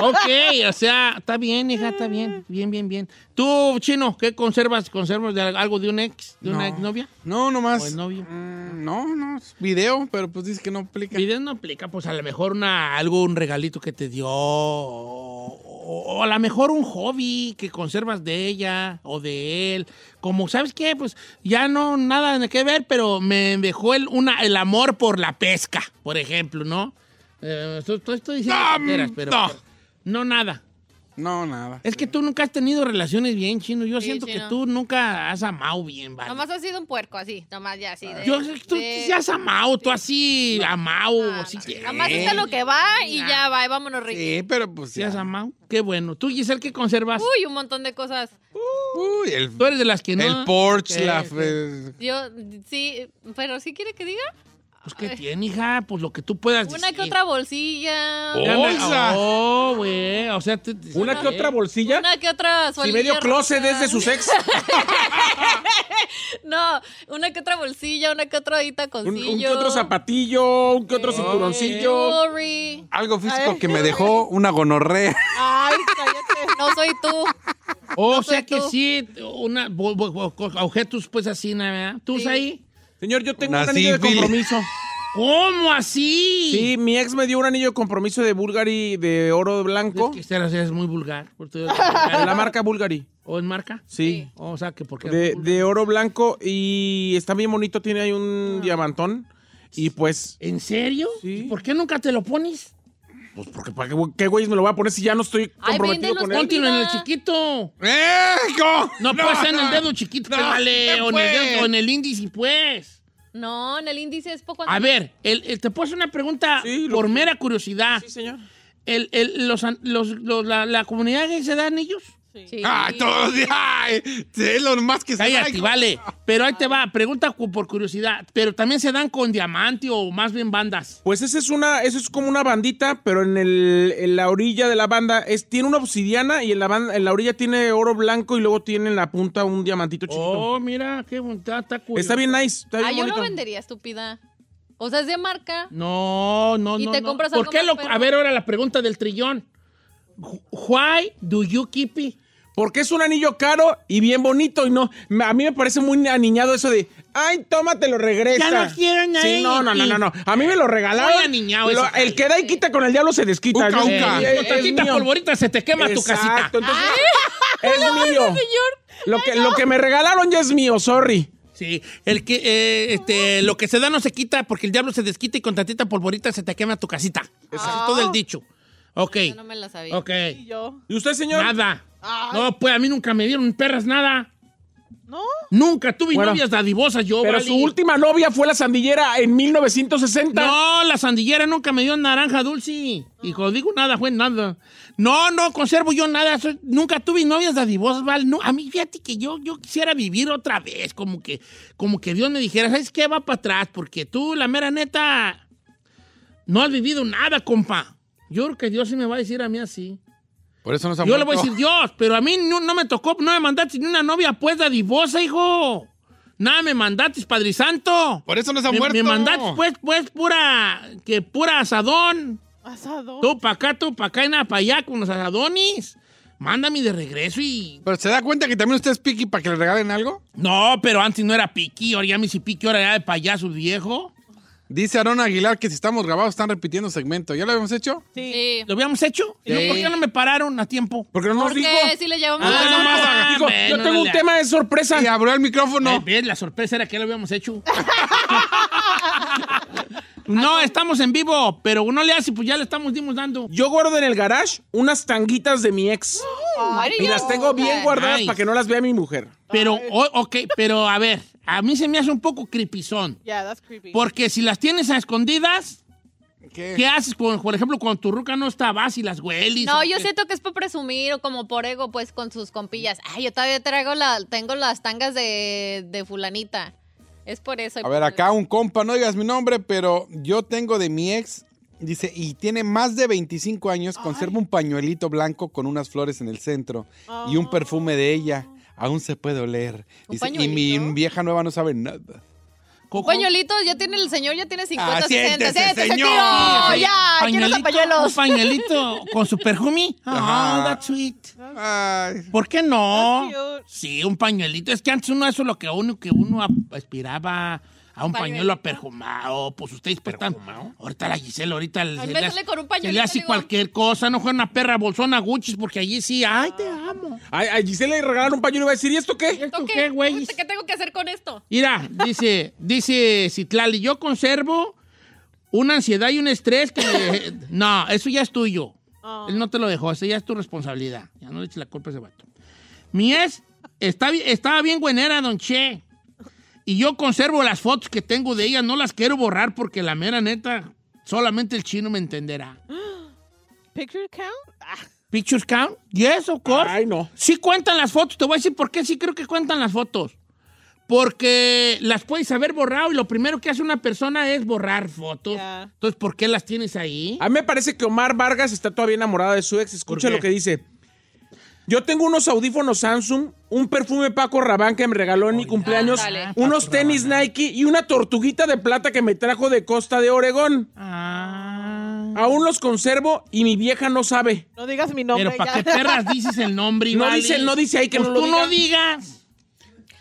S2: ok, o sea, está bien, hija, está bien. Bien, bien, bien. Tú, chino, ¿qué conservas? ¿Conservas de algo de un ex? ¿De una
S5: No.
S2: exnovia?
S5: No, nomás.
S2: ¿O el novio?
S5: Mm, No, no, es video, pero pues dice que no aplica.
S2: Video no aplica, pues a lo mejor una, algo, un regalito que te dio, o, o- o a lo mejor un hobby que conservas de ella o de él. Como, ¿sabes qué? Pues ya no, nada de qué ver, pero me dejó el, una, el amor por la pesca, por ejemplo, ¿no? Eh, esto- esto- estoy diciendo
S5: No,
S2: tonteras, pero
S5: no.
S2: pero no nada.
S5: No, nada.
S2: Es que tú nunca has tenido relaciones bien, Chino. Yo
S3: Sí,
S2: siento que
S3: Chino.
S2: tú nunca has amado bien, ¿vale?
S3: Nomás has sido un puerco así, nomás ya así. De,
S2: Yo, tú
S3: de-
S2: sí has amado, tú así, amado, si quieres.
S3: Nomás está lo que va y ya va, y vámonos ricos.
S5: Sí, pero pues
S2: ¿Sí
S4: ah.
S5: ya.
S2: has amado? Qué bueno. ¿Tú, Giselle, qué conservas?
S3: Uy, un montón de cosas.
S5: Uy, el,
S2: Tú eres de las que no.
S5: el Porsche,
S2: Sí,
S5: la...
S2: sí.
S5: fe-
S3: Yo, sí, pero ¿sí quiere que diga?
S2: Pues, ¿qué tiene, hija? Pues lo que tú puedas
S3: Una que
S2: decir.
S3: otra bolsilla.
S2: Ya anda-
S5: Bolsa.
S2: Oh, güey. O sea, te- te-
S4: Una que otra bolsilla.
S3: Una que otra
S4: Si
S3: suelilla
S4: medio
S3: rosa.
S4: closet es de sus ex.
S3: No, una que otra bolsilla, una que otra ahí
S4: Un,
S3: taconcillo.
S4: un que otro zapatillo, un que otro cinturoncillo.
S3: Jewelry.
S5: Algo físico que me dejó una gonorrea.
S7: Ay, cállate. <laughs>
S3: No soy tú.
S2: Oh, O
S3: soy
S2: sea que
S3: tú.
S2: sí, una, bo- bo- bo- co- objetos pues así, ¿no? ¿verdad? ¿Tú
S3: Sí.
S2: ahí?
S4: Señor, yo tengo
S5: Una
S4: un anillo de
S5: sífilis.
S4: compromiso.
S2: ¿Cómo así?
S4: Sí, mi ex me dio un anillo de compromiso de Bulgari de oro
S2: Es
S4: blanco.
S2: que esta es muy vulgar. por
S4: <laughs>
S2: todo-
S4: De la marca Bulgari.
S2: ¿O en marca?
S4: Sí.
S2: O sea, que porque...
S4: De, de oro blanco y está bien bonito, tiene ahí un
S3: Ah.
S4: diamantón. Y pues,
S2: ¿En serio?
S4: Sí.
S2: ¿Y ¿Por qué nunca te lo pones?
S4: pues porque para qué, qué güeyes me lo voy a poner si ya no estoy
S3: Ay,
S4: comprometido
S3: véndelos,
S4: con él.
S3: ponte-
S2: Póntelo en el
S3: Mira.
S2: chiquito.
S5: ¡Eh! ¿Cómo?
S2: No, pues en el
S5: no.
S2: dedo chiquito,
S5: No,
S2: te vale,
S5: ¿qué
S2: o en, el dedo-
S5: fue?
S2: o en el índice, pues.
S3: No, en el índice es poco.
S2: A ver, el- el- te puedo hacer una pregunta
S4: Sí, lo
S2: por
S4: que-
S2: mera curiosidad.
S4: Sí, señor.
S2: El- el- los, an- los- los- la, la comunidad gay se da anillos?
S3: Sí.
S4: Ah,
S5: ¡Ay, todos los días! ¡Ay! Sí, lo más que se
S2: Cállate, vale. Pero ahí te va, pregunta cu- por curiosidad. Pero también se dan con diamante o más bien bandas.
S4: Pues esa es una, eso es como una bandita, pero en, el, en la orilla de la banda es, tiene una obsidiana y en la, ban- en la orilla tiene oro blanco y luego tiene en la punta un diamantito chiquito.
S2: Oh, mira, qué bonita, está curioso.
S4: está bien nice, está bien
S3: Ay, Ah, yo
S4: bonito.
S3: lo vendería, estúpida. O sea, es de marca.
S2: No, no,
S3: Y
S2: no.
S3: te
S2: no.
S3: compras
S2: ¿Por
S3: algo
S2: qué
S3: más
S2: lo.?
S3: perro.
S2: A ver, ahora la pregunta del trillón. Wh- Why do you keep it?
S4: Porque es un anillo caro y bien bonito y no. me- A mí me parece muy aniñado eso de. Ay, tómate, lo regresa.
S2: Ya lo quieren ahí.
S4: Sí, no, no, no, no, no. A mí me lo regalaron.
S2: Muy aniñado
S4: Lo-
S2: eso.
S4: El que da y quita con el diablo se desquita.
S5: Uca,
S4: Es-
S5: uca.
S4: es-
S2: Con
S4: es
S2: tantita
S4: mío.
S2: polvorita se te quema tu casita.
S4: Exacto, entonces, <laughs>
S2: <laughs>
S4: es mío. Lo que, lo que me regalaron ya es mío, sorry.
S2: Sí, el que, eh, este, lo que se da no se quita porque el diablo se desquita y con tantita polvorita se te quema tu casita. Eso es todo el dicho. Ok,
S6: Ah. Yo no me la sabía.
S2: ok.
S7: Y yo.
S4: ¿Y usted, señor?
S2: Nada. No, pues a mí nunca me dieron perras nada.
S7: No.
S2: Nunca tuve
S4: Bueno,
S2: novias dadivosas yo,
S4: Pero
S2: vale.
S4: su última novia fue la sandillera en 1960.
S2: No, la sandillera nunca me dio naranja dulce. Y cuando digo nada, fue nada. No, no conservo yo nada. Soy- nunca tuve novias dadivosas, Val. No, a mí, fíjate que yo, yo quisiera vivir otra vez. Como que, como que Dios me dijera, ¿sabes qué? Va para atrás. Porque tú, la mera neta, no has vivido nada, compa. Yo creo que Dios sí me va a decir a mí así.
S5: Por eso nos ha
S2: Yo le voy a
S5: muerto.
S2: decir, Dios, pero a mí no, no me tocó, no me mandaste ni una novia pues dadivosa, hijo. Nada me mandaste, Padre Santo.
S5: Por eso nos ha
S2: Me,
S5: muerto.
S2: me mandaste, pues, pues, pura, que pura asadón.
S7: Asado.
S2: Tú pa' acá, tú pa' acá y nada pa' allá con los asadones. Mándame de regreso y...
S5: Pero ¿se da cuenta que también usted es piqui para que le regalen algo?
S2: No, pero antes no era piqui, ahora ya me hice piqui, ahora ya de payaso viejo.
S5: Dice Aaron Aguilar que si estamos grabados están repitiendo segmento. ¿Ya lo habíamos hecho?
S7: Sí.
S6: Sí.
S2: ¿Lo habíamos hecho? ¿Y no,
S5: Sí.
S2: ¿Por qué no me pararon a tiempo?
S4: Porque no nos dijo.
S6: Porque si le llevamos
S2: Ah,
S4: Usted
S6: la
S4: nomás
S2: ah,
S4: dijo, yo
S2: bueno,
S4: tengo un
S2: dale.
S4: tema de sorpresa.
S5: Y abrió el
S2: No.
S5: micrófono.
S2: Eh, la sorpresa era que lo habíamos hecho. <laughs> Ah, no, estamos en vivo, pero no le hace, pues ya le estamos dimos dando.
S4: Yo guardo en el garage unas tanguitas de mi ex. y las tengo bien guardadas
S2: Nice.
S4: para que no las vea mi mujer.
S2: Pero, o- ok, pero a ver, a mí se me hace un poco creepizón.
S7: Yeah, that's creepy.
S2: Porque si las tienes a escondidas,
S5: ¿Qué?
S2: ¿qué haces? Por, por ejemplo, cuando tu ruca no está, vas y las hueles.
S6: No,
S2: ¿o
S6: yo
S2: qué?
S6: siento que es por presumir o como por ego, pues con sus compillas. Ay, yo todavía traigo la, tengo las tangas de, de fulanita. Es por eso.
S5: A ver, acá un compa, no digas mi nombre, pero yo tengo de mi ex, dice, y tiene más de 25 años, conserva un pañuelito blanco con unas flores en el centro y un perfume de ella. Aún se puede oler.
S6: ¿Un
S5: Dice, y mi
S6: pañuelito?
S5: vieja nueva no sabe nada.
S2: Coco,
S6: Pañuelitos, ya tiene el señor, ya tiene 50,
S5: Ah,
S6: 60.
S5: siéntese,
S6: ¡Siéntese,
S5: señor.
S6: tío! ¡Ya! ¡Quiero los
S2: un
S6: pañuelos!
S2: pañuelito con su perfume. Ah,
S5: Ajá.
S2: that's sweet.
S5: Ay,
S2: ¿Por qué no?
S7: That's cute.
S2: Sí, un pañuelito. Es que antes uno eso es lo que uno que uno ap- aspiraba a un pañuelo
S6: pañuelito.
S2: aperjumado. Pues ustedes están. Ahorita la Gisela, ahorita el,
S6: A mí me
S2: le
S6: sale con un
S2: se
S6: pañuelito,
S2: le hace
S6: digo.
S2: cualquier cosa, no juega una perra bolsona Gucci, porque allí sí, ay, te amo.
S4: Ay, A, Gisela le regalaron un pañuelo y va a decir, ¿y esto qué?
S2: ¿Esto
S6: Ok,
S2: qué, güey?
S6: ¿Qué tengo que hacer con esto?
S2: Mira, dice, dice Citlali, yo conservo una ansiedad y un estrés que me- No, eso ya es tuyo. Él no te lo dejó, eso ya es tu responsabilidad. Ya no le eches la culpa a ese vato. Mi ex está, bi- estaba bien buenera, don Che. Y yo conservo las fotos que tengo de ella, no las quiero borrar porque la mera neta, solamente el chino me entenderá.
S7: Picture count? Ah,
S2: ¿Pictures count? Yes, of course.
S4: Ay, no.
S2: Sí cuentan las fotos. Te voy a decir por qué sí creo que cuentan las fotos. Porque las puedes haber borrado y lo primero que hace una persona es borrar fotos.
S7: Ya.
S2: Entonces, ¿por qué las tienes ahí?
S4: A mí me parece que Omar Vargas está todavía enamorada de su ex. Escucha
S2: ¿Por qué?
S4: lo que dice. Yo tengo unos audífonos Samsung, un perfume Paco Rabanne que me regaló en mi cumpleaños,
S6: Ándale.
S4: unos tenis Nike y una tortuguita de plata que me trajo de Costa de Oregón.
S2: Ah.
S4: Aún los conservo y mi vieja no sabe.
S7: no digas mi nombre.
S2: Pero ¿para
S7: ya.
S2: qué perras dices el nombre?
S4: <laughs> No
S2: Ivali?
S4: dice- no dice ahí que
S2: Pues
S4: no lo
S2: tú no digas.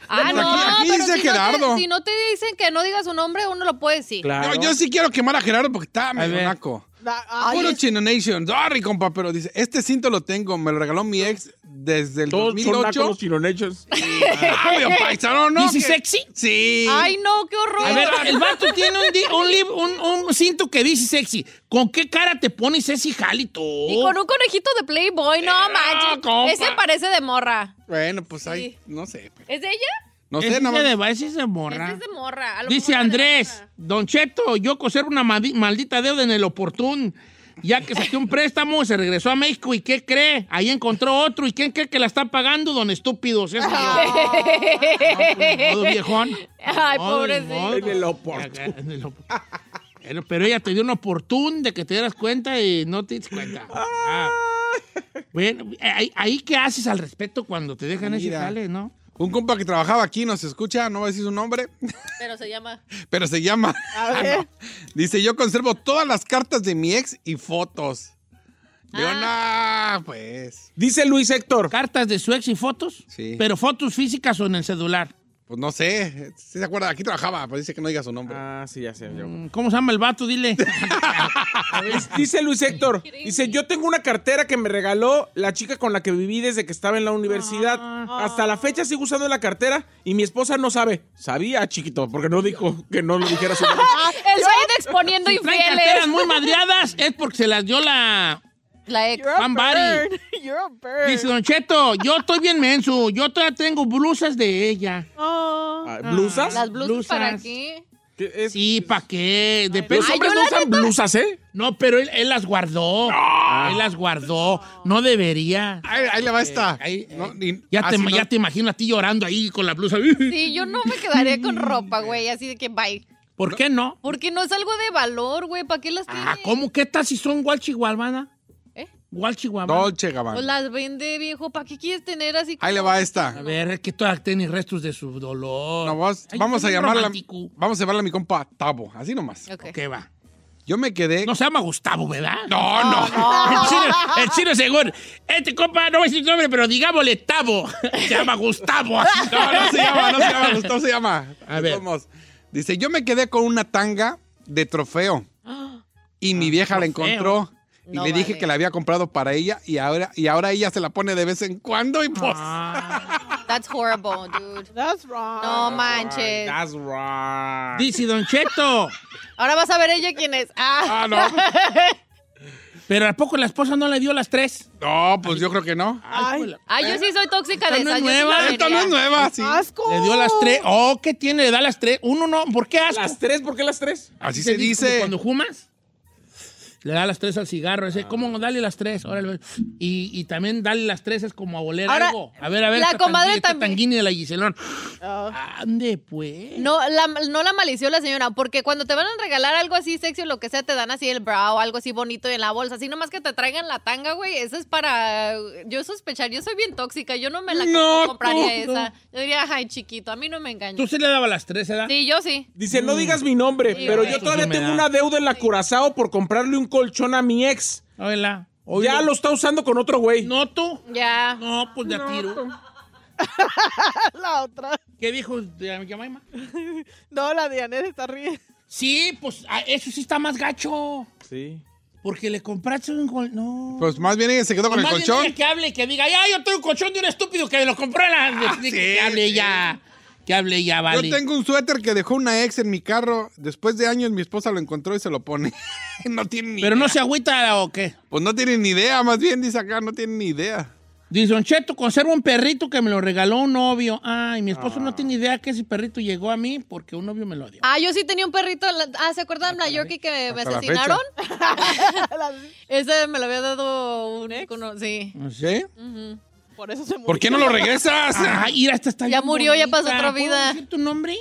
S6: Ah, no,
S5: aquí
S6: pero
S5: dice
S6: si, No
S5: Gerardo.
S6: te, si no te dicen que no digas su nombre, uno lo puede decir.
S4: Claro.
S5: No, yo sí quiero quemar a Gerardo porque está medio
S2: ver.
S5: naco.
S7: <laughs> Da- ay,
S5: Puro
S7: es-
S5: Chino Nation. Sorry, compa, pero dice, este cinto lo tengo, me lo regaló mi ex desde el
S4: Todos son nacos
S5: 2008.
S4: los chinonechos.
S5: <laughs> Ah, medio paisano, ¿no?
S2: ¿Dice
S5: Que-
S2: sexy?
S5: Sí.
S6: Ay, no, qué horror.
S4: <laughs>
S2: A ver, el vato tiene un, di- un, lib- un- un cinto que dice sexy. ¿Con qué cara te pones ese jali tú?
S6: y con un conejito de Playboy, no manches.
S2: compa.
S6: Ese parece de morra.
S5: Bueno, pues ahí, no sé. pero-
S6: ¿Es de ella?
S5: No
S2: Ese
S5: sé, nada
S2: se
S5: más.
S2: deba- ese se morra.
S6: Ese es de morra. a lo
S2: Dice
S6: mejor es de
S2: Andrés,
S6: morra.
S2: Don Cheto, yo conservo una maldi- maldita deuda en el oportun, ya que saqué un préstamo, se regresó a México y ¿qué cree? Ahí encontró otro y ¿quién cree que la está pagando, don estúpidos? Es viejón.
S6: Ay,
S2: Modo,
S6: pobrecito.
S2: modo.
S4: En el oportun.
S2: En el oportun. Pero, pero ella te dio un oportun de que te dieras cuenta y no te diste cuenta. Ah. Bueno, ahí, ahí qué haces al respecto cuando te dejan ese
S5: Mira.
S2: jale, ¿no?
S5: Un compa que trabajaba aquí nos escucha, no voy a decir su nombre,
S6: Pero se llama.
S5: pero se llama. <laughs>
S7: A ver.
S2: Ah,
S5: Dice, yo conservo todas las cartas de mi ex y fotos.
S2: Ah.
S5: Leona, pues.
S4: Dice Luis Héctor.
S2: Cartas de su ex y fotos.
S5: Sí.
S2: Pero fotos físicas o en el celular.
S5: Pues no sé. Si se acuerda, aquí trabajaba, pero dice que no diga su nombre.
S4: Ah, sí, ya sé yo.
S2: Mm, ¿Cómo se llama el
S5: <laughs>
S2: vato? Dile.
S4: Dice Luis Héctor, dice, yo tengo una cartera que me regaló la chica con la que viví desde que estaba en la universidad.
S2: Ah.
S4: Hasta la fecha sigo usando la cartera y mi esposa no sabe. Sabía, chiquito, porque no dijo que no lo dijera su
S2: <laughs>
S4: nombre.
S2: Ah,
S6: El Said exponiendo
S2: Si traen carteras
S6: infieles.
S2: muy madreadas es porque se las dio la...
S6: La ex.
S7: You're a
S2: Fan Bari.
S7: bird. <laughs> You're a bird.
S2: Dice Don Cheto, yo estoy bien menso. Yo todavía tengo blusas de ella.
S7: Oh.
S4: Ah, ¿Blusas?
S6: Las blusas, para
S2: Blusas.
S6: aquí.
S4: ¿Qué es?
S2: Sí, ¿pa' qué? De
S4: Los
S2: peso-
S4: hombres no usan blusas, ¿eh?
S2: No, pero él, él las guardó.
S5: Ah.
S2: Él las guardó. No debería.
S5: Ahí, ahí le va esta.
S2: ahí,
S5: No, ni-
S2: Ya, te,
S5: así no-
S2: ya te imagino a ti llorando ahí con la blusa.
S6: Sí, yo no me quedaría
S2: <laughs>
S6: con ropa, güey, así de que bye.
S2: ¿Por qué no?
S6: Porque no es algo de valor, güey. ¿Para qué las tiene?
S2: Ah, ¿cómo? ¿Qué tal si son gualchigualmana?
S6: ¿Eh?
S2: Gualchigualmana.
S5: Dolce Gabbana.
S6: Pues las vende, viejo. ¿Para qué quieres tener así?
S5: Ahí le va esta.
S2: A ver, es que todas tienen restos de su dolor.
S5: No, vamos,
S2: Ay,
S5: vamos a
S2: soy bien
S5: llamarla.
S2: romántico.
S5: Vamos a llamarla a mi compa Tabo. Así nomás.
S6: Ok.
S2: ¿Qué va?
S5: Yo me quedé.
S2: No se llama Gustavo, ¿verdad?
S5: No, no.
S2: <laughs> El chino, el chino seguro. Este compa, no voy a decir su nombre, pero digámosle Tavo. <laughs> Se llama Gustavo.
S5: <laughs> No, no se llama, no se <laughs> llama, Gustavo se llama.
S2: A ver.
S5: Somos. Dice, yo me quedé con una tanga de trofeo y mi vieja la
S2: trofeo.
S5: encontró y
S6: No
S5: le dije
S6: vale.
S5: que la había comprado para ella y ahora, y ahora ella se la pone de vez en cuando y pues...
S6: That's horrible, dude.
S7: That's wrong.
S6: No manches.
S4: That's right.
S2: Dice Don Cheto.
S6: Ahora vas a ver ella quién es. Ah,
S5: Ah, no.
S2: Pero ¿a poco la esposa no le dio las tres?
S5: No, pues yo creo que no.
S7: Ay,
S2: güey, la-
S6: ah yo sí soy tóxica de
S2: Esta
S6: esa.
S2: no es
S6: yo sí la
S2: nueva.
S6: vería.
S5: Esta no es nueva, sí.
S7: asco.
S2: Le dio las tres. Oh, ¿qué tiene? Le da las tres. Uno no. ¿Por qué asco?
S4: ¿Las tres? ¿Por qué las tres?
S5: Así
S2: ¿Te
S5: se
S2: di- como
S5: dice.
S2: Cuando fumas. Le da las tres al cigarro. Ese, ¿Cómo? Dale las tres. Órale. Y, y también dale las tres es como a oler
S6: Ahora,
S2: algo. A ver, a ver.
S6: la
S2: esta
S6: comadre
S2: tangui- esta
S6: también. Ah.
S2: Tanguini de la Giselón.
S7: Oh.
S2: Ande, pues.
S6: No la, no la malició la señora, porque cuando te van a regalar algo así sexy o lo que sea, te dan así el bra o algo así bonito en la bolsa. Así nomás que te traigan la tanga, güey. Eso es para yo sospechar. Yo soy bien tóxica. Yo no me la
S4: No,
S6: compraría
S4: tú,
S6: esa. Yo diría, ay, chiquito, a mí no me engañas.
S2: Tú sí le daba las tres, ¿verdad?
S6: Sí, yo sí.
S4: Dice, no digas mi nombre,
S6: Sí,
S4: pero
S6: güey.
S4: yo todavía
S2: Mm. Sí me
S4: tengo
S2: da.
S4: una deuda en la Curazao por comprarle un colchón a mi ex.
S2: Hola.
S4: Ya
S2: Oílo.
S4: lo está usando con otro güey.
S2: ¿No tú?
S6: Ya.
S2: No, pues de a tiro.
S7: <laughs> La otra.
S2: ¿Qué dijo de Yamaima?
S7: No, la Diana está riendo. <laughs>
S2: Sí, pues ah, eso sí está más gacho.
S4: Sí.
S2: Porque le compraste un gol. No.
S5: Pues más bien ella se quedó con el
S2: Más bien
S5: colchón.
S2: ella que hable y que diga, ya, yo tengo un colchón de un estúpido que lo compró en la. de- de- que
S5: Ah, sí,
S2: hable
S5: sí.
S2: ya. Que hable ya, vale.
S5: Yo tengo un suéter que dejó una ex en mi carro. Después de años mi esposa lo encontró y se lo pone. <laughs> no tiene ni
S2: Pero
S5: idea.
S2: no se agüita o qué.
S5: Pues no tiene ni idea, más bien dice acá, no tiene ni idea.
S2: Dice, Don Cheto, conservo un perrito que me lo regaló un novio. Ay, mi esposo
S5: Ah.
S2: no tiene idea que ese perrito llegó a mí porque un novio me lo dio.
S6: Ah, yo sí tenía un perrito. en la- Ah, ¿se acuerdan de la Yorkie que me
S5: hasta la
S6: asesinaron? Ese me lo había dado un cono- Sí.
S5: Ah. ¿Sí?
S7: Por eso se murió.
S5: ¿Por qué no lo regresas?
S2: Ay, mira, esta está
S6: Ya
S2: bien
S6: murió, ya
S2: bonita.
S6: pasó otra
S2: ¿Puedo
S6: vida.
S2: decir tu nombre?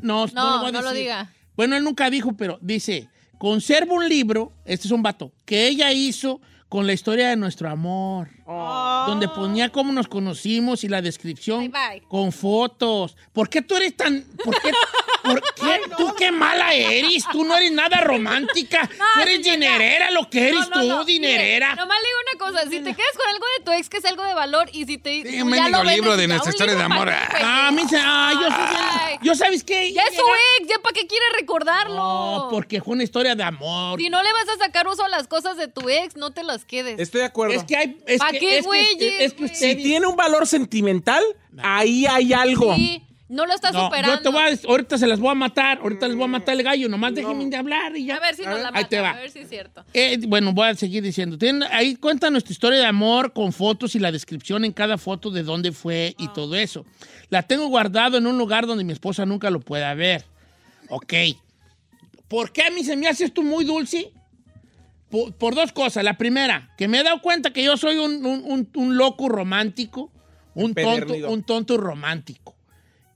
S2: No, no,
S6: No,
S2: voy a
S6: no lo
S2: decir.
S6: diga.
S2: Bueno, él nunca dijo, pero dice, conservo un libro, este es un vato, que ella hizo con la historia de nuestro amor, donde ponía cómo nos conocimos y la descripción
S6: Oh. Bye, bye.
S2: con fotos. ¿Por qué tú eres tan... ¿Por qué?
S6: <laughs>
S2: por qué? ¿Tú qué mala eres? Tú no eres
S6: <laughs>
S2: nada romántica. tú eres
S6: señora.
S2: dinerera, lo que eres tú, dinerera.
S6: Mire, Nomás le digo una cosa, si te quedas con algo de tu ex que es algo de valor y si te
S5: Sí, un mendigo
S6: vendes
S5: libro
S6: y
S5: de
S6: ya,
S5: nuestra
S6: un
S5: historia
S6: libro
S5: de amor.
S6: para ti, güey.
S2: Ah, me dice, ah, yo soy bien-
S6: Ay.
S2: Yo sabes qué.
S6: Ya es su
S2: Llega-
S6: ex, ya para qué quiere recordarlo.
S2: No, porque fue una historia de amor.
S6: Si no le vas a sacar uso a las cosas de tu ex, no te las quedes.
S4: Estoy de acuerdo.
S2: Es que hay. Es
S6: ¿Pa'
S2: que,
S6: qué,
S2: es que-
S6: güeyes,
S2: es que, es que
S6: güey?
S4: si
S2: ustedes-
S4: tiene un valor sentimental, ahí hay algo.
S6: Sí, no lo estás
S2: No,
S6: superando.
S2: yo te voy a- ahorita se las voy a matar, ahorita les voy a matar el gallo, nomás déjenme de hablar y ya.
S6: A ver si nos la
S2: Ahí te
S6: matan,
S2: va.
S6: a ver si es cierto.
S2: Eh, bueno, voy a seguir diciendo. Tienen- ahí cuenta nuestra historia de amor con fotos y la descripción en cada foto de dónde fue y todo eso. La tengo guardado en un lugar donde mi esposa nunca lo pueda ver. Ok. ¿Por qué a mí se me haces tú muy dulce? Por, por dos cosas. La primera, que me he dado cuenta que yo soy un, un- un- un loco romántico, un tonto,
S4: Empedernido.
S2: un tonto romántico.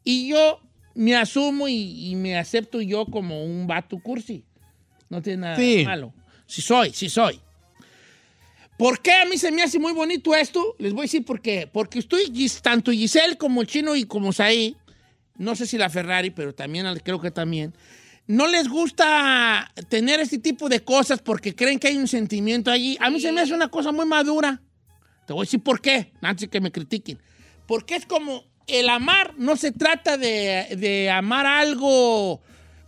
S2: Y yo me asumo y, y me acepto yo como un vato cursi. No tiene nada de
S5: Sí.
S2: malo. Sí soy, sí soy. ¿Por qué a mí se me hace muy bonito esto? Les voy a decir por qué. Porque estoy, Gis- tanto Giselle como Chino y como Saí, no sé si la Ferrari, pero también creo que también, no les gusta tener este tipo de cosas porque creen que hay un sentimiento allí. A mí se me hace una cosa muy madura. Te voy a decir por qué, antes de que me critiquen. Porque es como el amar, no se trata de, de amar algo,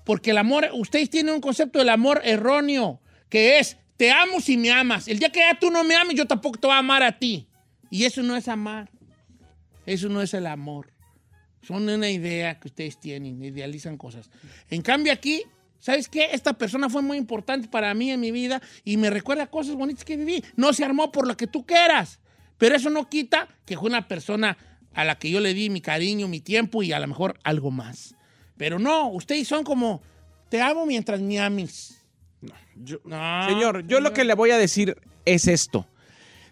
S2: porque el amor, ustedes tienen un concepto del amor erróneo, que es, te amo si me amas. El día que ya tú no me ames, yo tampoco te voy a amar a ti. Y eso no es amar, eso no es el amor. Son una idea que ustedes tienen, idealizan cosas. En cambio aquí, ¿sabes qué? Esta persona fue muy importante para mí en mi vida y me recuerda cosas bonitas que viví. No se armó por lo que tú quieras, pero eso no quita que fue una persona a la que yo le di mi cariño, mi tiempo y a lo mejor algo más. Pero no, ustedes son como, te amo mientras me ames.
S4: Yo-
S2: No,
S4: señor, yo lo que le voy a decir es esto.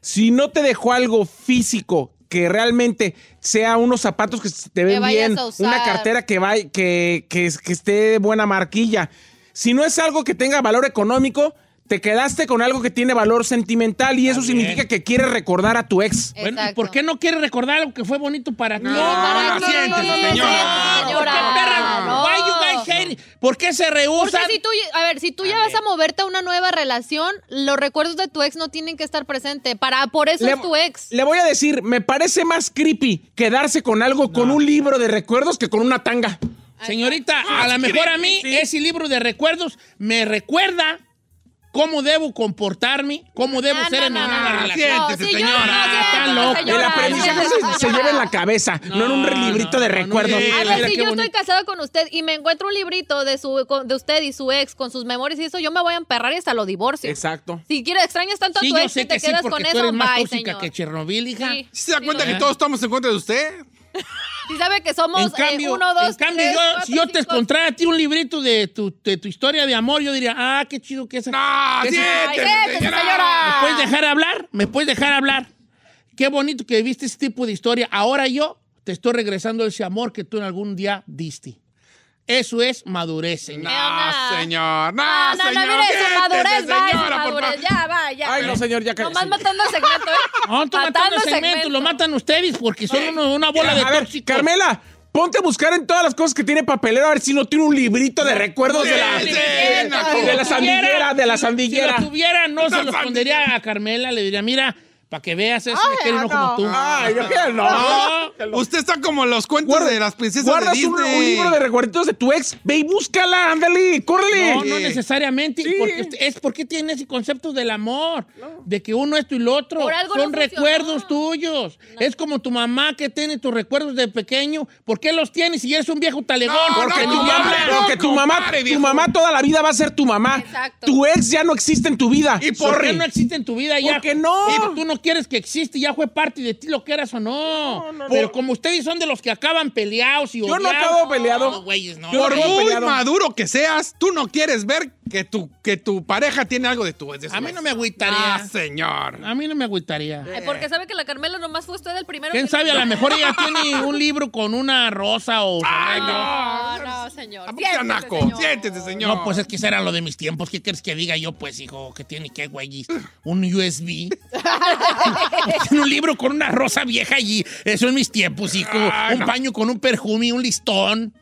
S4: Si no te dejó algo físico que realmente sea unos zapatos que te ven
S6: vayas
S4: bien,
S6: a usar.
S4: una cartera que, va, que, que, que esté de buena marquilla, si no es algo que tenga valor económico, te quedaste con algo que tiene valor sentimental y eso
S2: bien.
S4: significa que quieres recordar a tu ex.
S2: Bueno, ¿y
S6: Exacto.
S2: ¿por qué no quieres recordar algo que fue bonito para ti?
S6: para qué,
S5: no, siéntese,
S6: no,
S5: señora.
S6: siéntese,
S2: ¿Por qué, perra?
S6: No.
S2: Why you guys hate it? ¿Por qué se
S6: Porque
S2: rehusan?
S6: si tú, a ver, si tú ya vas a moverte a una nueva relación, los recuerdos de tu ex no tienen que estar presentes. Para, por eso es tu ex.
S4: le voy a decir, me parece más creepy quedarse con algo, con un libro de recuerdos que con una tanga.
S2: Señorita, a lo mejor a mí ese libro de recuerdos me recuerda cómo debo comportarme, cómo debo
S6: Ah,
S2: ser
S6: no,
S2: en
S6: no,
S2: una
S6: no, no,
S2: relación.
S6: no,
S5: Siéntese,
S6: sí, yo no,
S5: señora.
S6: siéntese,
S2: Está loco.
S6: señora,
S4: El aprendizaje
S6: siéntese,
S4: se, se
S6: señora.
S4: lleva en la cabeza, no, en un
S2: No,
S4: librito de
S2: no, no,
S4: recuerdos.
S2: no, no,
S6: A
S2: Mira,
S6: ver,
S2: qué
S6: si yo
S2: bonito.
S6: estoy casada con usted y me encuentro un librito de su con- de usted y su ex con sus memorias y eso, yo me voy a emperrar y hasta lo divorcio.
S4: Exacto.
S6: Si quieres extrañas tanto
S2: Sí,
S6: a tu
S2: yo
S6: ex y
S2: sé
S6: te
S2: que sí,
S6: quedas con
S2: porque tú
S6: eso,
S2: eres más
S6: bye,
S2: tóxica
S6: señor.
S2: que Chernobyl, hija.
S6: Sí.
S5: ¿Sí ¿Se da cuenta
S2: Sí,
S5: que
S2: ¿no?
S5: todos estamos en contra de usted?
S6: Si sabe que somos
S2: en cambio,
S6: eh, uno, dos,
S2: en cambio
S6: tres,
S2: yo,
S6: cuatro,
S2: si yo te
S6: cinco.
S2: encontrara a ti un librito de tu, de tu historia de amor, yo diría, ah, qué chido que es.
S5: ¡No!
S6: Ay,
S5: ¡Ah,
S2: ¿Qué
S5: ¡Siéntese,
S6: siéntese,
S5: señora!
S6: señora.
S2: ¿Me puedes dejar hablar? ¿Me puedes dejar hablar? Qué bonito que viste ese tipo de historia. Ahora yo te estoy regresando ese amor que tú en algún día diste. Eso es madurez, señor.
S5: No,
S6: Leona.
S5: señor. No,
S6: No, no, no,
S5: señor.
S6: mire, su
S5: Siéntese,
S6: madurez, va, su
S5: señora, por
S6: madurez,
S5: favor.
S6: ya, va, ya.
S4: Ay, no, señor, ya cállese.
S6: Nomás matando el segmento, ¿eh?
S2: No, tú matando el segmento, lo matan ustedes porque son uno- una bola de
S4: Eh, a ver,
S2: tóxicos.
S4: Carmela, ponte a buscar en todas las cosas que tiene papelero a ver si no tiene un librito de recuerdos de la,
S5: Sí, sí, no.
S4: de la sandillera, de la sandillera.
S2: Si lo tuviera, no se lo
S5: sandillera.
S2: escondería a Carmela. Le diría, mira, para que veas eso,
S7: Ay,
S2: me quiere uno como
S7: no.
S2: tú.
S4: ah, Ay, yo qué no.
S2: No.
S5: Ah, Usted está como los cuentos de las princesas
S4: guardas
S5: de
S4: un,
S5: Disney.
S4: un libro de recuerditos de tu ex, ve y búscala, ándale, córrele.
S2: No, no necesariamente.
S4: Sí.
S2: Porque usted- es porque tiene ese concepto del amor. De que uno esto y lo otro.
S6: Por algo
S2: Son
S6: no funcionó.
S2: recuerdos tuyos. Es como tu mamá que tiene tus recuerdos de pequeño. ¿Por qué los tienes si eres un viejo talegón?
S5: No,
S4: Porque
S5: no,
S4: tu
S5: no,
S4: mamá,
S5: no,
S4: porque tu mamá,
S5: compadre,
S4: tu
S5: viejo.
S4: mamá toda la vida va a ser tu mamá.
S6: Exacto.
S4: Tu ex ya no existe en tu vida.
S5: Y
S2: ¿Por qué
S4: Sorry.
S2: no existe en tu vida ya?
S4: Porque no.
S2: Y tú no quieres que existe, ya fue parte de ti lo que eras o no. Pero como ustedes son de los que acaban peleados y
S4: Yo no
S2: odiados-
S4: acabo peleado.
S2: No, güeyes, no.
S4: Yo
S5: Por
S4: no acabo
S5: muy
S4: peleado.
S5: maduro que seas, tú no quieres ver que tu, que tu pareja tiene algo de tu de su
S2: A mí
S5: ex.
S2: no me agüitaría.
S5: Ah, señor.
S2: A mí no me agüitaría.
S6: Ay, porque sabe que la Carmela nomás fue usted el primero.
S2: ¿Quién
S6: que-
S2: sabe? A lo mejor ella tiene un libro con una rosa o...
S5: Ay,
S6: No,
S5: Ah, no.
S6: no, señor.
S5: Tampoco sea naco.
S6: señor.
S5: Siéntese, señor.
S2: No, pues es que ese era lo de mis tiempos. ¿Qué quieres que diga yo? Pues, hijo, que tiene que, güey? Un
S6: <laughs>
S2: USB. Tiene un libro con una rosa vieja allí. Eso en mis tiempos, hijo.
S5: Ay,
S2: un
S5: no.
S2: paño con un perfume, un listón.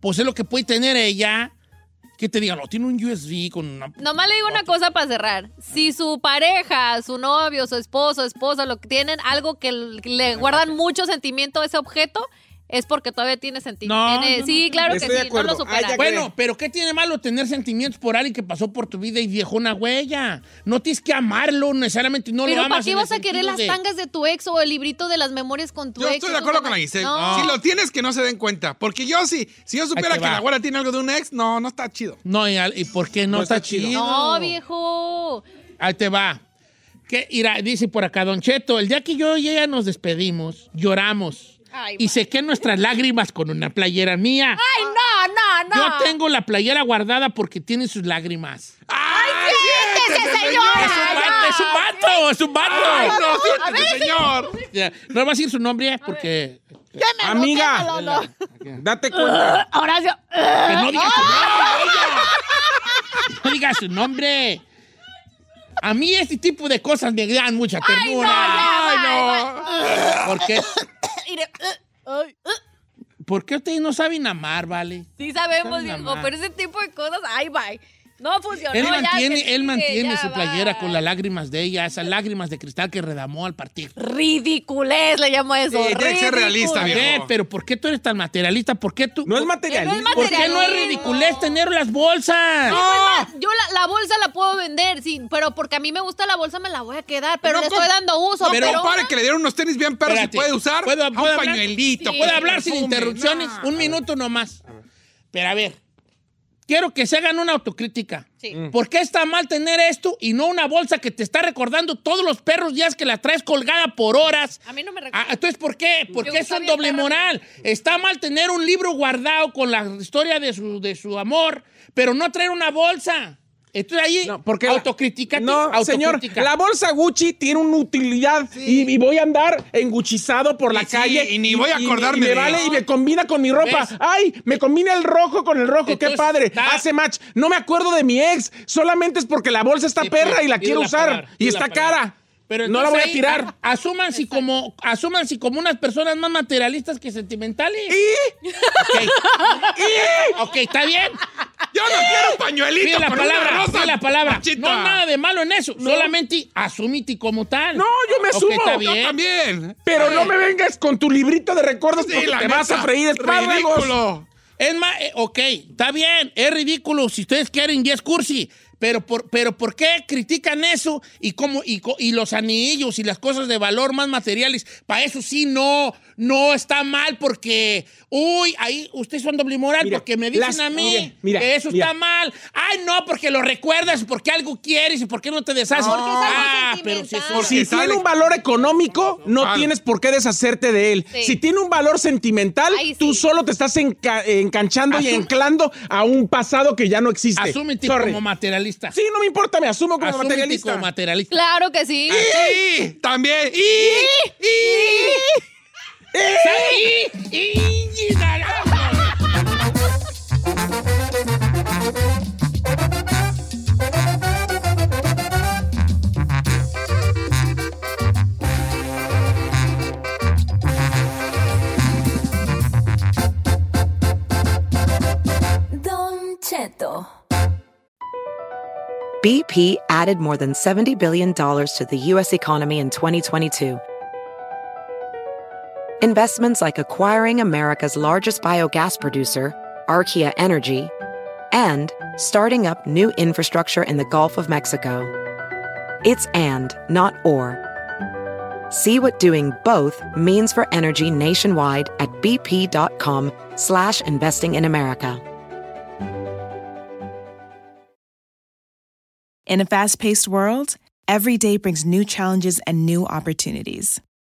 S2: Pues es lo que puede tener ella. ¿Qué te diga? No, tiene un USB con una...
S6: Nomás le digo una cosa para cerrar. Si su pareja, su novio, su esposo, esposa, lo que tienen, algo que l- le guardan mucho sentimiento a ese objeto, es porque todavía tiene sentimiento.
S2: No,
S6: Tiene-
S2: yo no
S6: sí,
S2: creo.
S6: claro que
S4: Estoy de
S6: sí, no lo
S4: acuerdo. Ah,
S6: supera.
S4: ya
S2: Bueno, pero ¿qué tiene malo tener sentimientos por alguien que pasó por tu vida y dejó una huella? No tienes que amarlo necesariamente, no lo
S6: pero ¿para
S2: amas.
S6: qué
S2: en el
S6: vas a querer
S2: sentido
S6: las
S2: de-
S6: tangas de tu ex o el librito de las memorias con tu
S5: Yo
S6: ex?
S5: estoy de
S6: Eso
S5: acuerdo
S6: no
S5: con la
S6: me-
S5: Giselle.
S6: No.
S5: Si lo tienes, que no se den cuenta. Porque yo sí, si yo supiera
S2: te
S5: que
S2: va.
S5: la güera tiene algo de un ex, no, no está chido.
S2: No, y, al- y por qué no,
S4: No
S2: está,
S4: está
S2: chido.
S4: chido.
S6: No, viejo.
S2: Ahí te va. ¿Qué irá? Dice por acá, Don Cheto, el día que yo y ella nos despedimos, lloramos
S6: Ay,
S2: y sequé nuestras lágrimas con una playera mía.
S5: Ah.
S6: Ay, no, no, no.
S2: Yo tengo la playera guardada porque tiene sus lágrimas.
S5: ¡Ay, siéntese,
S2: ¡Es un vato! ¡Es un vato! ¡Es un
S5: ¡Ay,
S2: vato!
S5: no,
S2: <laughs>
S5: siéntese, señor!
S2: Ya, No va a decir su nombre eh, porque...
S4: Amiga, date cuenta.
S6: Horacio.
S2: que no diga su
S6: ¡Ah!
S2: nombre. ella. No diga su nombre. A mí este tipo de cosas me dan mucha ternura.
S5: ¡Ay, no!
S2: Porque...
S7: Ay,
S2: ¿Por qué ustedes no saben amar, vale?
S6: Sí sabemos,
S2: Ay,
S6: viejo,
S2: mamá.
S6: pero ese tipo de cosas, ay, bye. No funcionó.
S2: Él
S6: ya,
S2: mantiene,
S6: que sigue,
S2: él mantiene
S6: ya,
S2: su
S6: bye.
S2: playera con las lágrimas de ella, esas lágrimas de cristal que redamó al partir.
S6: Ridiculez, le llamo a eso.
S5: Sí, tiene que ser realista,
S2: A
S5: viejo.
S2: ver, ¿Eh? pero ¿por qué tú eres tan materialista? ¿Por qué tú?
S4: No es
S6: No
S4: materialismo.
S6: es
S2: ¿Por qué no es
S6: materialismo.
S2: ridiculez tener las bolsas?
S6: Yo la, la bolsa la puedo vender, sí, pero porque a mí me gusta la bolsa me la voy a quedar, pero
S5: No,
S6: le
S5: com-
S6: estoy dando uso.
S5: No,
S6: pero
S5: pero para que le dieron unos tenis bien perros
S2: Espérate.
S5: y puede usar
S2: ¿Puedo-
S5: a un
S2: puedo hablar?
S5: pañuelito.
S2: Puedo
S5: pues,
S2: hablar sin
S5: perfume,
S2: interrupciones.
S5: nah.
S2: Un minuto nomás. Pero a ver, quiero que se hagan una autocrítica.
S6: Sí.
S5: Mm.
S2: ¿Por qué está mal tener esto y no una bolsa que te está recordando todos los perros días que la traes colgada por horas?
S6: A mí no me recuerda.
S2: Ah, entonces, ¿por qué? ¿Por
S6: Yo
S2: qué es un
S6: sabía
S2: doble
S6: perro.
S2: moral? Está mal tener un libro guardado con la historia de su, de su amor, pero no traer una bolsa. Entonces ahí,
S4: No,
S2: porque
S4: la-
S2: autocrítica.
S4: No, señor, la bolsa Gucci tiene una utilidad y, y voy a andar enguchizado por la
S5: Y sí,
S4: calle.
S5: y ni voy a acordarme
S4: Y, me
S5: de
S4: vale
S5: eso.
S4: y me combina con mi ropa.
S2: ¿Ves?
S4: ¡Ay! Me combina el rojo con el rojo. ¡Qué
S2: Entonces,
S4: padre!
S2: está-
S4: Hace match. No me acuerdo de mi ex. Solamente es porque la bolsa está
S2: Sí,
S4: perra
S2: pues,
S4: y la
S2: pido
S4: quiero
S2: la
S4: usar.
S2: palabra,
S4: y
S2: pido la
S4: está
S2: palabra.
S4: cara.
S2: Pero
S4: no la
S2: entonces
S4: voy a
S2: ahí, ah.
S4: tirar.
S2: a- Asuman si como, asuman si como unas personas más materialistas que sentimentales. ¿Y? Ok, Ok, está bien.
S5: Yo no quiero un pañuelito
S2: Pide la
S5: con una
S2: palabra,
S5: rosa,
S2: pide la palabra.
S5: Pachita.
S2: No hay nada de malo en eso. Solamente asumite como tal.
S4: No, yo me
S2: Ok,
S4: asumo.
S2: está
S5: Yo
S2: bien.
S5: también.
S4: Pero no me vengas con tu librito de recuerdos
S5: Sí,
S4: porque te
S5: la
S4: vas a
S5: neta,
S4: freír espárragos.
S5: Ridículo.
S2: Es más, eh, ok, está bien, es ridículo. Si ustedes quieren, y es cursi. Pero por, pero ¿por qué critican eso? Y, cómo, y, co- y los anillos y las cosas de valor más materiales. Para eso sí, no, no está mal porque, uy, ahí ustedes son doble moral
S4: Mira,
S2: porque me dicen
S4: las-
S2: a mí
S4: mira, mira,
S2: que eso
S4: mira.
S2: está mal. Ay, no, porque lo recuerdas, porque algo quieres y porque no te deshaces.
S6: Porque es algo
S2: ah, pero si es
S6: sentimental.
S4: Si
S5: Porque
S4: tiene
S5: sale-
S4: un valor económico, no
S5: Claro.
S4: tienes por qué deshacerte de él.
S6: Sí.
S4: Si tiene un valor sentimental,
S6: Ahí sí.
S4: tú solo te estás enca- enganchando y
S2: Asume-
S4: enclando a un pasado que ya no existe.
S2: asúmete
S4: Sorry.
S2: como materialista.
S4: Sí, no me importa, me asumo como
S2: Asúmete
S4: materialista.
S2: como materialista.
S6: Claro que sí.
S8: Ah,
S5: Sí, también. Y, y-
S2: Sí, y- y- naranjo.
S9: Don Cheto.
S1: BP added more than $70 billion to the U.S. economy in 2022. Investments like acquiring America's largest biogas producer, Archaea Energy, and starting up new infrastructure in the Gulf of Mexico. It's and, not or. See what doing both means for energy nationwide at bp.com slash investing in America.
S9: In a fast paced world, every day brings new challenges and new opportunities.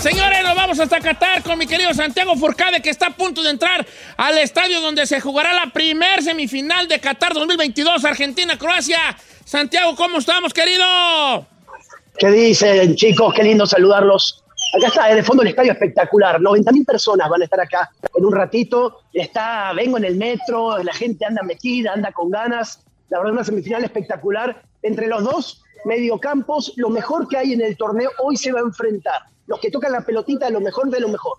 S2: Señores, nos vamos hasta Qatar con mi querido Santiago Furcade, que está a punto de entrar al estadio donde se jugará la primer semifinal de Qatar 2022, Argentina-Croacia. Santiago, ¿cómo estamos, querido?
S9: ¿Qué dicen, chicos? Qué lindo saludarlos. Acá está, eh, de fondo el estadio espectacular. 90.000 personas van a estar acá en un ratito. Está, vengo en el metro, la gente anda metida, anda con ganas. La verdad, una semifinal espectacular. Entre los dos mediocampos, lo mejor que hay en el torneo hoy se va a enfrentar. Los que tocan la pelotita, lo mejor de lo mejor.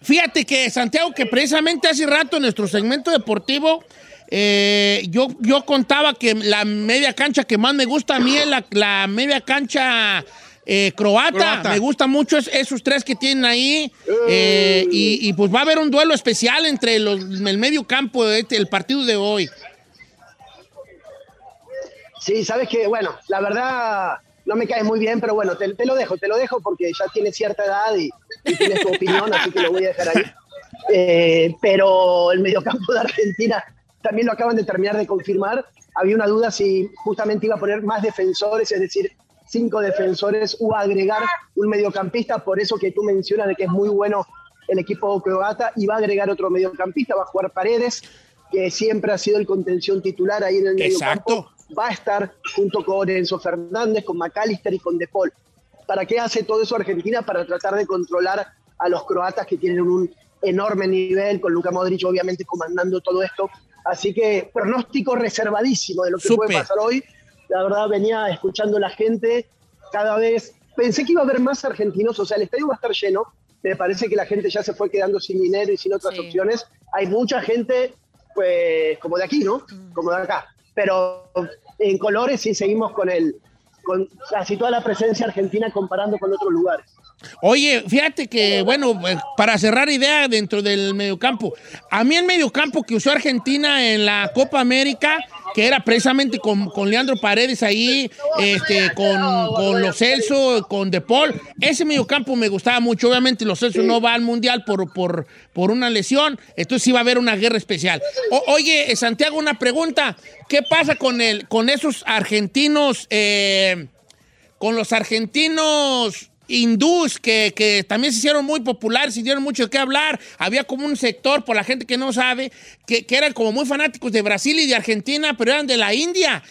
S2: Fíjate que, Santiago, que precisamente hace rato en nuestro segmento deportivo, eh, yo, yo contaba que la media cancha que más me gusta a mí es la, la media cancha eh, croata.
S5: Croata.
S2: Me gusta mucho es- esos tres que tienen ahí. Eh, y, y, pues va a haber un duelo especial entre los, el medio campo del partido de hoy.
S9: Sí, sabes que, bueno, la verdad no me caes muy bien, pero bueno, te, te lo dejo, te lo dejo porque ya tienes cierta edad y, y tienes tu opinión, así que lo voy a dejar ahí. Eh, pero el mediocampo de Argentina también lo acaban de terminar de confirmar. Había una duda si justamente iba a poner más defensores, es decir,
S8: cinco defensores o agregar un mediocampista, por eso que tú mencionas de que es muy bueno el equipo croata y va a agregar otro mediocampista, va a jugar Paredes, que siempre ha sido el contención titular ahí en el mediocampo. Va a estar junto con Enzo Fernández, con McAllister y con De Paul. ¿Para qué hace todo eso Argentina? Para tratar de controlar a los croatas que tienen un enorme nivel, con Luka Modric obviamente comandando todo esto. Así que pronóstico reservadísimo de lo que
S2: Súper.
S8: puede pasar hoy. La verdad venía escuchando a la gente cada vez. Pensé que iba a haber más argentinos, o sea, el estadio va a estar lleno. Me parece que la gente ya se fue quedando sin dinero y sin otras opciones. Hay mucha gente, pues, como de aquí, ¿no? Como de acá. Pero en colores sí seguimos con el, con casi toda la presencia argentina comparando con otros lugares.
S2: Oye, fíjate que, bueno, eh, para cerrar idea dentro del mediocampo, a mí el mediocampo que usó Argentina en la Copa América, que era precisamente con, con Leandro Paredes ahí, este, con, con los Celso, con De Paul, ese mediocampo me gustaba mucho. Obviamente los Celso no va al Mundial por, por, por una lesión, entonces sí va a haber una guerra especial. O- oye, eh, Santiago, una pregunta, ¿qué pasa con, el, con esos argentinos... eh, con los argentinos hindús que, que también se hicieron muy populares y dieron mucho que hablar. Había como un sector, por la gente que no sabe, que, que eran como muy fanáticos de Brasil y de Argentina, pero eran de la India.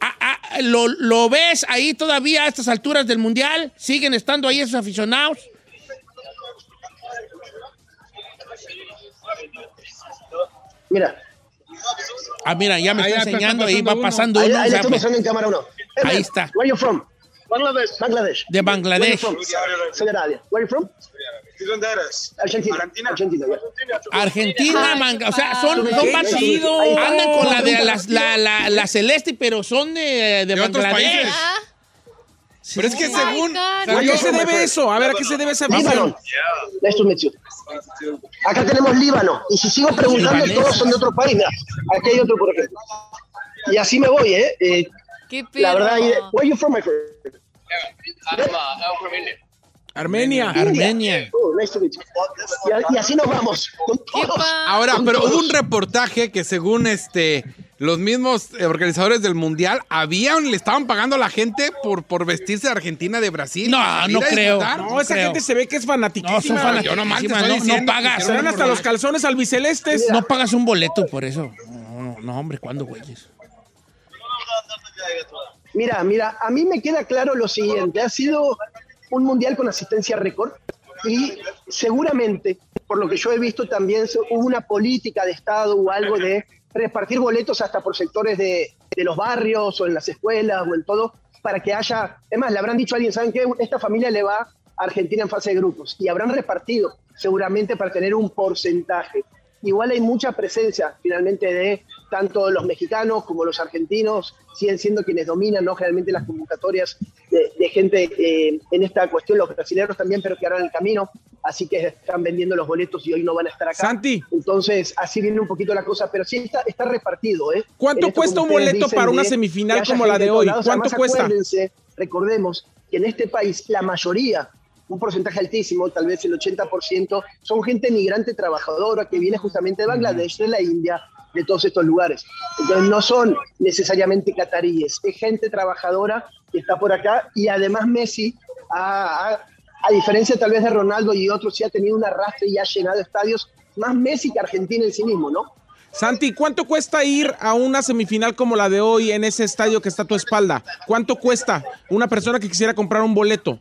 S2: Ah, ah, ¿Lo, lo ves ahí todavía a estas alturas del Mundial? ¿Siguen estando ahí esos aficionados?
S8: Mira.
S2: Ah, mira, ya me
S8: Ahí
S2: está
S8: está
S2: enseñando ahí,
S8: pasando uno.
S2: va pasando
S8: Ahí-
S2: uno.
S8: ahí le está
S2: zape.
S8: pasando en cámara uno. Eh,
S2: Ahí
S8: man,
S2: está.
S8: Where you from? Bangladesh. Bangladesh.
S2: De Bangladesh.
S8: Where you from? Saudi Arabia. Where you from? ¿De dónde eres? Argentina. Argentina.
S2: Argentina, manga. O sea, son,
S8: Ay,
S2: son
S8: qué
S2: más-
S8: chido.
S2: Andan con la de las- la, la, la celeste, pero son de, de, Bangladesh.
S5: países.
S6: Ah,
S2: Pero es
S5: que Oh según-
S4: ¿A qué se debe eso? A ver, ¿a qué se debe esa
S8: Líbano.
S4: visión?
S8: Nice to meet you. Acá tenemos Líbano. Y si sigo preguntando,
S4: Libanés.
S8: todos son de otro país. Mira, aquí hay otro, por ejemplo. Y así me voy, ¿eh? Eh,
S6: Qué
S8: la
S6: perro.
S8: verdad, ahí- where you from, my friend?
S4: Armenia.
S2: Armenia.
S8: Oh, nice to meet you. Y, a- y así nos vamos. Con <laughs> todos.
S5: Ahora,
S8: Con
S5: pero
S8: todos.
S5: hubo un reportaje que según este los mismos eh, organizadores del mundial habían le estaban pagando a la gente por, por vestirse de Argentina de Brasil.
S2: No, no creo.
S4: No, esa gente se ve que es fanatiquísima.
S2: No, son
S5: Yo nomás te estoy
S2: fanatiquísimas. No, no,
S5: diciendo que
S2: pagas.
S4: Se dan hasta los calzones albicelestes.
S8: Pues, ah,
S2: No pagas un boleto por eso. No, no, no, hombre, ¿cuándo, güeyes?
S8: Mira, mira, a mí me queda claro lo siguiente, ha sido un mundial con asistencia récord y seguramente, por lo que yo he visto también se- hubo una política de Estado o algo de repartir boletos hasta por sectores de, de los barrios o en las escuelas o en todo, para que haya, es más, le habrán dicho a alguien, ¿saben qué? Esta familia le va a Argentina en fase de grupos y habrán repartido seguramente para tener un porcentaje. Igual hay mucha presencia finalmente de tanto los mexicanos como los argentinos, siguen siendo quienes dominan, ¿no? Generalmente las convocatorias de, de gente eh, en esta cuestión, los brasileños también, pero quedaron en el camino, así que están vendiendo los boletos y hoy no van a estar acá.
S4: Santi.
S8: Entonces, así viene un poquito la cosa, pero sí está, está repartido, ¿eh?
S4: ¿Cuánto
S8: En esto,
S4: cuesta
S8: como
S4: un
S8: ustedes
S4: boleto
S8: dicen,
S4: para una
S8: de
S4: semifinal
S8: que haya
S4: como la
S8: gente
S4: de
S8: todos
S4: hoy?
S8: lados. Además,
S4: ¿Cuánto cuesta?
S8: acuérdense, recordemos que en este país la mayoría, un porcentaje altísimo, tal vez el 80%, son gente migrante trabajadora que viene justamente de Bangladesh, de la India, de todos estos lugares. Entonces no son necesariamente cataríes, es gente trabajadora que está por acá y además Messi ha- ha- a diferencia tal vez de Ronaldo y otros, sí ha tenido un arrastre y ha llenado estadios, más Messi que Argentina en sí mismo, ¿no?
S4: Santi, ¿cuánto cuesta ir a una semifinal como la de hoy en ese estadio que está a tu espalda? ¿Cuánto cuesta una persona que quisiera comprar un boleto?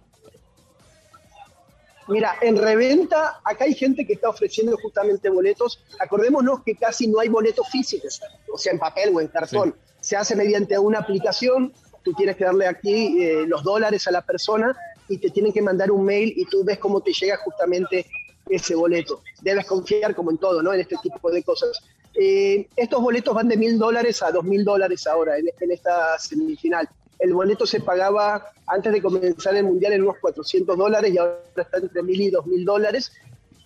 S8: Mira, en reventa, acá hay gente que está ofreciendo justamente boletos. Acordémonos que casi no hay boletos físicos, o sea, en papel o en cartón. Se hace mediante una aplicación. Tú tienes que darle aquí eh, los dólares a la persona y te tienen que mandar un mail y tú ves cómo te llega justamente ese boleto. Debes confiar, como en todo, ¿no? En este tipo de cosas. Eh, estos boletos van de mil dólares a dos mil dólares ahora en, en esta semifinal. El boleto se pagaba antes de comenzar el mundial en unos 400 dólares y ahora está entre mil y dos mil dólares.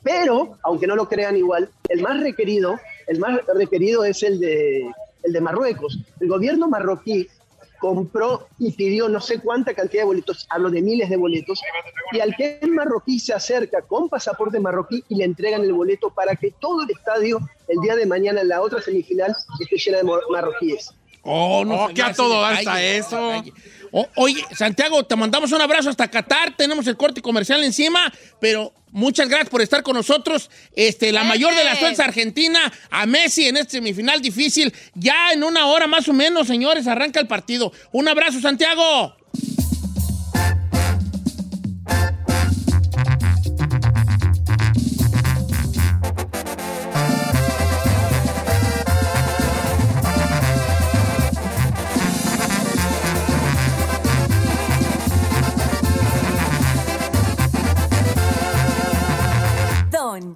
S8: Pero, aunque no lo crean igual, el más requerido, el más requerido es el de, el de Marruecos. El gobierno marroquí compró y pidió no sé cuánta cantidad de boletos, hablo de miles de boletos, y al que es marroquí se acerca con pasaporte marroquí y le entregan el boleto para que todo el estadio el día de mañana en la otra semifinal esté llena de mor- marroquíes.
S2: Oh, no
S5: Oh,
S2: sabía
S5: que a
S2: ese
S5: todo
S2: detalle.
S5: hasta eso.
S2: O- oye, Santiago, te mandamos un abrazo hasta Qatar. Tenemos el corte comercial encima, pero muchas gracias por estar con nosotros. Este, la mayor de las suertes Argentina a Messi en esta semifinal difícil. Ya en una hora más o menos, señores, arranca el partido. Un abrazo, Santiago.
S10: Don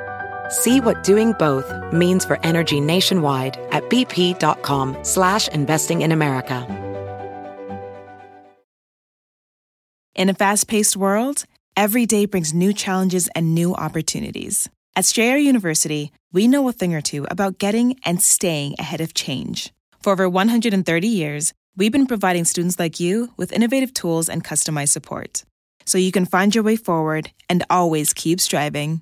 S1: See what doing both means for energy nationwide at bp.com slash investing in America.
S9: In a fast paced world, every day brings new challenges and new opportunities. At Strayer University, we know a thing or two about getting and staying ahead of change. For over 130 years, we've been providing students like you with innovative tools and customized support. So you can find your way forward and always keep striving.